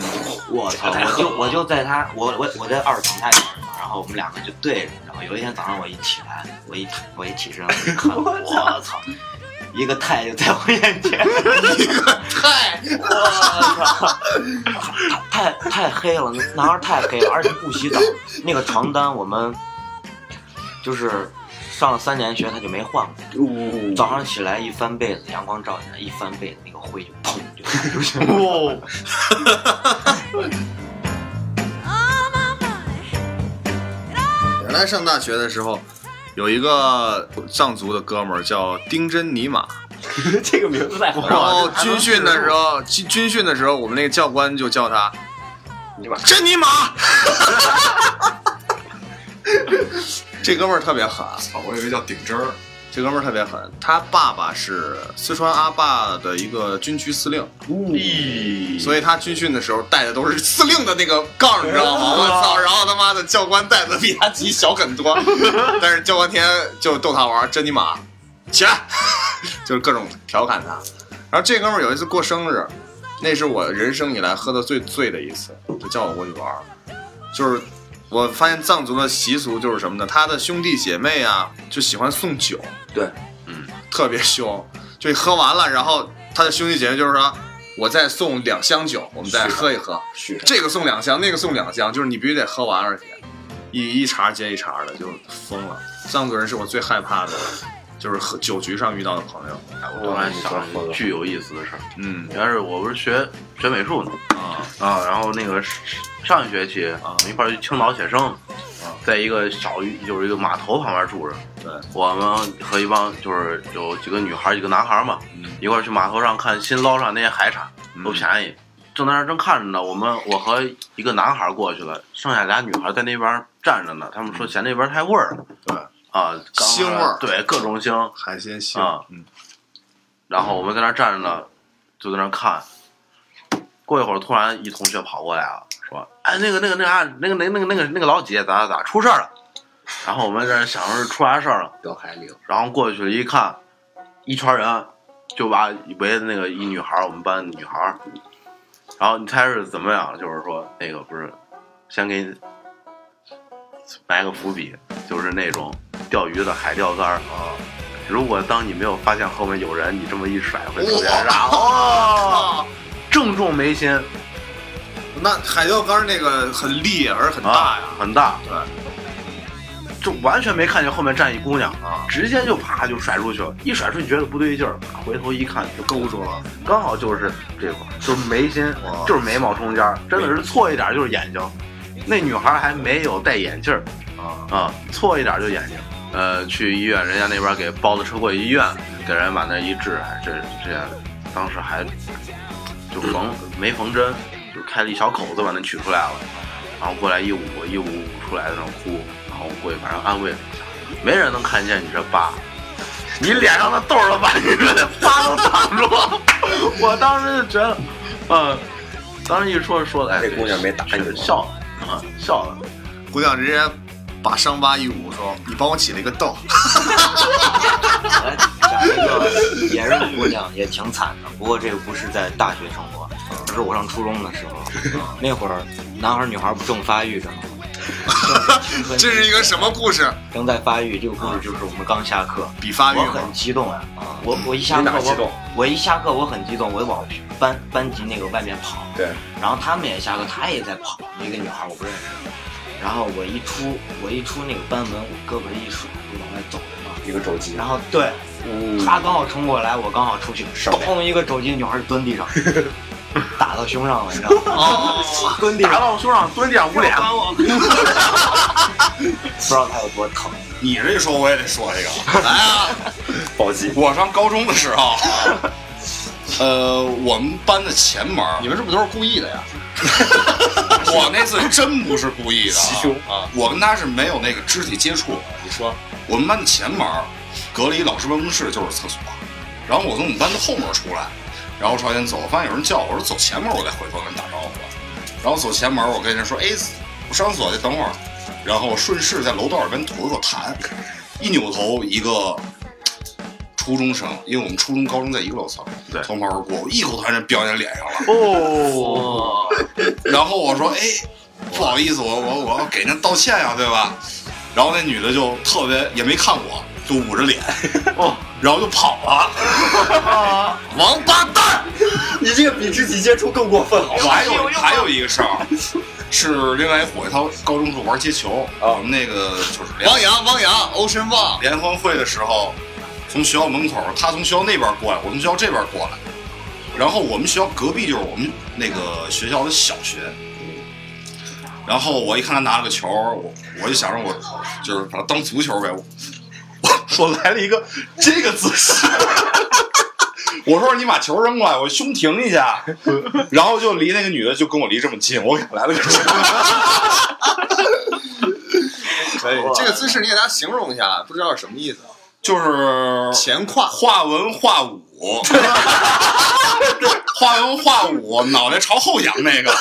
[SPEAKER 3] 我操！我就我就在他我我我在二层，他在二层，然后我们两个就对着。然后有一天早上我一起来，我一我一起身，我一 看，我操！一个太就在我眼 前，
[SPEAKER 2] 嗨，
[SPEAKER 3] 太太黑了，男孩太黑了，而且不洗澡。那个床单我们就是上了三年学，他就没换过。
[SPEAKER 7] 嗯
[SPEAKER 3] 早上起来一翻被子，阳光照进来，一翻被子，那个灰就砰就喷 出去了。
[SPEAKER 4] 哦，
[SPEAKER 2] 原来上大学的时候，有一个藏族的哥们儿叫丁真尼玛，
[SPEAKER 7] 这个名字太好
[SPEAKER 2] 然
[SPEAKER 7] 了。
[SPEAKER 2] 后军训的时候，军军训的时候，我们那个教官就叫他
[SPEAKER 7] 你把
[SPEAKER 2] 真尼玛。 这哥们儿特别狠，啊
[SPEAKER 5] 操，我以为叫顶针儿，
[SPEAKER 2] 这哥们儿特别狠。他爸爸是四川阿坝的一个军区司令，嗯
[SPEAKER 4] 咦，
[SPEAKER 2] 所以他军训的时候带的都是司令的那个杠，你知道吗？我操！然后他妈的教官带的比他自己小很多，但是教官天天就逗他玩儿，真尼玛，起来， 就是各种调侃他。然后这哥们儿有一次过生日，那是我人生以来喝的最醉的一次，就叫我过去玩儿。就是我发现藏族的习俗就是什么呢？他的兄弟姐妹啊，就喜欢送酒，
[SPEAKER 7] 对，
[SPEAKER 2] 嗯，特别凶，就你喝完了，然后他的兄弟姐妹就是说。我再送两箱酒，我们再喝一喝。
[SPEAKER 7] 续上
[SPEAKER 2] 这个送两箱，那个送两箱，就是你必须得喝完，而且一一茬接一茬的，就疯了。藏族人是我最害怕的，就是喝酒局上遇到的朋友。
[SPEAKER 4] 我突然想了一巨有意思的事儿。
[SPEAKER 2] 嗯
[SPEAKER 4] 原来是我不是学学美术呢，
[SPEAKER 2] 啊
[SPEAKER 4] 啊，然后那个是上一学期啊我们一块儿去青岛写生，啊在一个小渔就是一个码头旁边住着。
[SPEAKER 2] 对，
[SPEAKER 4] 我们和一帮就是有几个女孩儿几个男孩儿嘛，
[SPEAKER 2] 嗯
[SPEAKER 4] 一块儿去码头上看新捞上那些海产，都便宜。正在那儿正看着呢，我们我和一个男孩儿过去了，剩下俩女孩儿在那边儿站着呢。他们说嫌那边儿太味儿了，
[SPEAKER 2] 嗯对
[SPEAKER 4] 啊，刚
[SPEAKER 2] 腥味儿
[SPEAKER 4] 对各种腥。
[SPEAKER 2] 海鲜腥
[SPEAKER 4] 啊
[SPEAKER 2] 嗯，
[SPEAKER 4] 然后我们在那儿站着呢，就在那儿看。过一会儿，突然一同学跑过来了，说：“哎，那个、那个、那个啥、那个、那个、那个、那个、那个老姐咋咋咋出事儿了？”然后我们在那儿想着是出啥事儿了，
[SPEAKER 7] 掉海里了。
[SPEAKER 4] 然后过去一看，一圈人就把围着那个一女孩儿，我们班的女孩儿。然后你猜是怎么样？就是说那个不是，先给你埋个伏笔，就是那种钓鱼的海钓竿儿啊。如果当你没有发现后面有人，你这么一甩会特别傻哦，正中眉心，
[SPEAKER 2] 那海钓竿那个很烈而很大呀，
[SPEAKER 4] 啊，很大，
[SPEAKER 2] 对，
[SPEAKER 4] 就完全没看见后面站一姑娘
[SPEAKER 2] 啊
[SPEAKER 4] 直接就啪就甩出去了。一甩出去觉得不对劲儿，回头一看就
[SPEAKER 2] 勾住了。
[SPEAKER 4] 刚好就是这块儿，就是眉心
[SPEAKER 2] 哇，
[SPEAKER 4] 就是眉毛中间儿，真的是错一点就是眼睛。那女孩还没有戴眼镜儿
[SPEAKER 2] 啊
[SPEAKER 4] 啊，错一点就眼睛。呃，去医院，人家那边给包到车过医院，给人往那一治，还这这样，当时还就缝没缝针，就开了一小口子把那取出来了，然后过来一捂一捂捂出来在那哭，然后过去反正安慰了一下，没人能看见你这疤，你脸上的痘儿都把你的疤都挡住了。我当时就觉得，嗯，当时一说说的，哎，
[SPEAKER 7] 那姑娘没打
[SPEAKER 4] 确实
[SPEAKER 7] 你吗
[SPEAKER 4] 笑了啊，笑了。
[SPEAKER 2] 姑娘直接把伤疤一捂，说：“你帮我起了一个痘。
[SPEAKER 3] 来讲一个 也是姑娘，也挺惨的。不过这个不是在大学生活，而是我上初中的时候， 那会儿男孩儿女孩儿不正发育着呢吗？正是青”春期
[SPEAKER 2] 这是一个什么故事？
[SPEAKER 3] 正在发育，这个故事就是我们刚下课，
[SPEAKER 2] 比发育
[SPEAKER 3] 我
[SPEAKER 2] 吗
[SPEAKER 3] 很？激动啊！我我一下
[SPEAKER 7] 你
[SPEAKER 3] 课
[SPEAKER 7] 哪激动
[SPEAKER 3] 我我一下课我很激动，我就往班班级那个外面跑。
[SPEAKER 7] 对，
[SPEAKER 3] 然后他们也下课，她也在跑，一个女孩我不认识。然后我一出我一出那个班门，我胳膊一甩，我就往外走着嘛。
[SPEAKER 7] 一个肘击
[SPEAKER 3] 然，后对，
[SPEAKER 7] 嗯
[SPEAKER 3] 她刚好冲过来，我刚好出去，
[SPEAKER 7] 上面
[SPEAKER 3] 砰一个肘击，女孩就蹲 地上，打到胸上了，你知道吗？
[SPEAKER 2] 哦，
[SPEAKER 3] 蹲地
[SPEAKER 4] 打
[SPEAKER 3] 上，
[SPEAKER 4] 到我胸上蹲地上捂 脸，
[SPEAKER 3] 不知道她有多疼。
[SPEAKER 5] 你这一说我也得说一个。
[SPEAKER 2] 来啊！
[SPEAKER 7] 暴击。
[SPEAKER 5] 我上高中的时 候，呃，我们班的前门儿，
[SPEAKER 2] 你们是不是都是故意的呀？
[SPEAKER 5] 我那次真不是故意的啊，
[SPEAKER 7] 袭胸
[SPEAKER 5] 啊！我跟他是没有那个肢体接触。你说，我们班的前门儿隔了一老师办公室就是厕所，然后我从我们班的后门出来，然后朝前走，我发现有人叫我，我说走前门，我再回头跟人打招呼。然后走前门，我跟人说：“哎，我上厕所去，等会儿。”然后我顺势在楼道里边吐了口痰，一扭头，一个初中生，因为我们初中、高中在一个楼层，
[SPEAKER 4] 对
[SPEAKER 5] 从旁而过，我一口痰就飙人家脸上了。
[SPEAKER 4] 哦，
[SPEAKER 5] 然后我说，哎，不啊好意思，我我我要给您道歉呀、对吧？然后那女的就特别也没看我，就捂着脸，
[SPEAKER 4] 哦，
[SPEAKER 5] 然后就跑了。王八蛋！
[SPEAKER 7] 你这个比肢体接触更过分，好吧？
[SPEAKER 5] 还有还有一个事儿，是另外一伙计，他高中时候玩街球，我们那个就是联
[SPEAKER 2] 汪洋，汪洋，Ocean Wang，
[SPEAKER 5] 联欢会的时候，从学校门口，他从学校那边过来，我从学校这边过来，然后我们学校隔壁就是我们那个学校的小学。然后我一看他拿了个球，我我就想着我就是把它当足球呗，我我来了一个这个姿势， 我说你把球扔过来，我胸停一下，然后就离那个女的就跟我离这么近，我给她来了个球。
[SPEAKER 7] 可以
[SPEAKER 2] 这个姿势你给大家形容一下，不知道是什么意思。
[SPEAKER 5] 就是
[SPEAKER 2] 前胯，
[SPEAKER 5] 画文画武， 画文画武，脑袋朝后仰那个，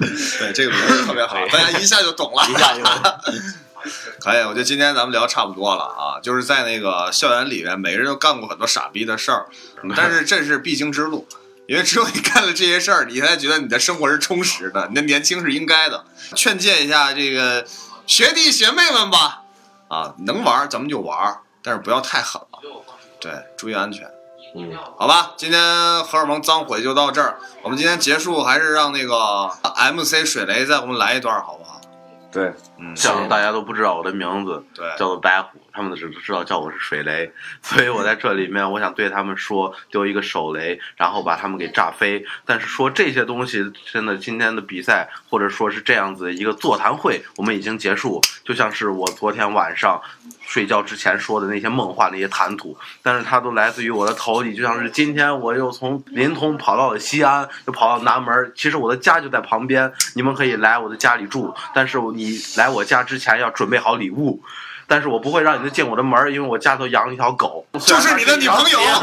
[SPEAKER 2] 对，这个名字特别好，大家一下就懂了， 一下就懂。可以，我觉得今天咱们聊差不多了啊，就是在那个校园里面，每个人都干过很多傻逼的事儿，但是这是必经之路， 因为只有你干了这些事儿，你才觉得你的生活是充实的，你的年轻是应该的。劝诫一下这个学弟学妹们吧，啊，能玩儿咱们就玩儿，但是不要太狠了，对，注意安全。
[SPEAKER 7] 嗯，
[SPEAKER 2] 好吧，今天荷尔蒙脏毁就到这儿。我们今天结束，还是让那个 MC 水雷再给我们来一段，好不好？
[SPEAKER 7] 对，
[SPEAKER 2] 嗯，
[SPEAKER 4] 像大家都不知道我的名字
[SPEAKER 2] 对，
[SPEAKER 4] 叫做白虎，他们只知道叫我是水雷，所以我在这里面，我想对他们说，丢一个手雷，然后把他们给炸飞。但是说这些东西，真的今天的比赛，或者说是这样子一个座谈会，我们已经结束，就像是我昨天晚上。睡觉之前说的那些梦话、那些谈吐，但是它都来自于我的头里，就像是今天我又从临潼跑到了西安，又跑到南门。其实我的家就在旁边，你们可以来我的家里住，但是你来我家之前要准备好礼物。但是我不会让你们进我的门儿，因为我家头养了一条狗。
[SPEAKER 2] 就是你的女朋友。开玩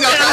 [SPEAKER 2] 笑，开玩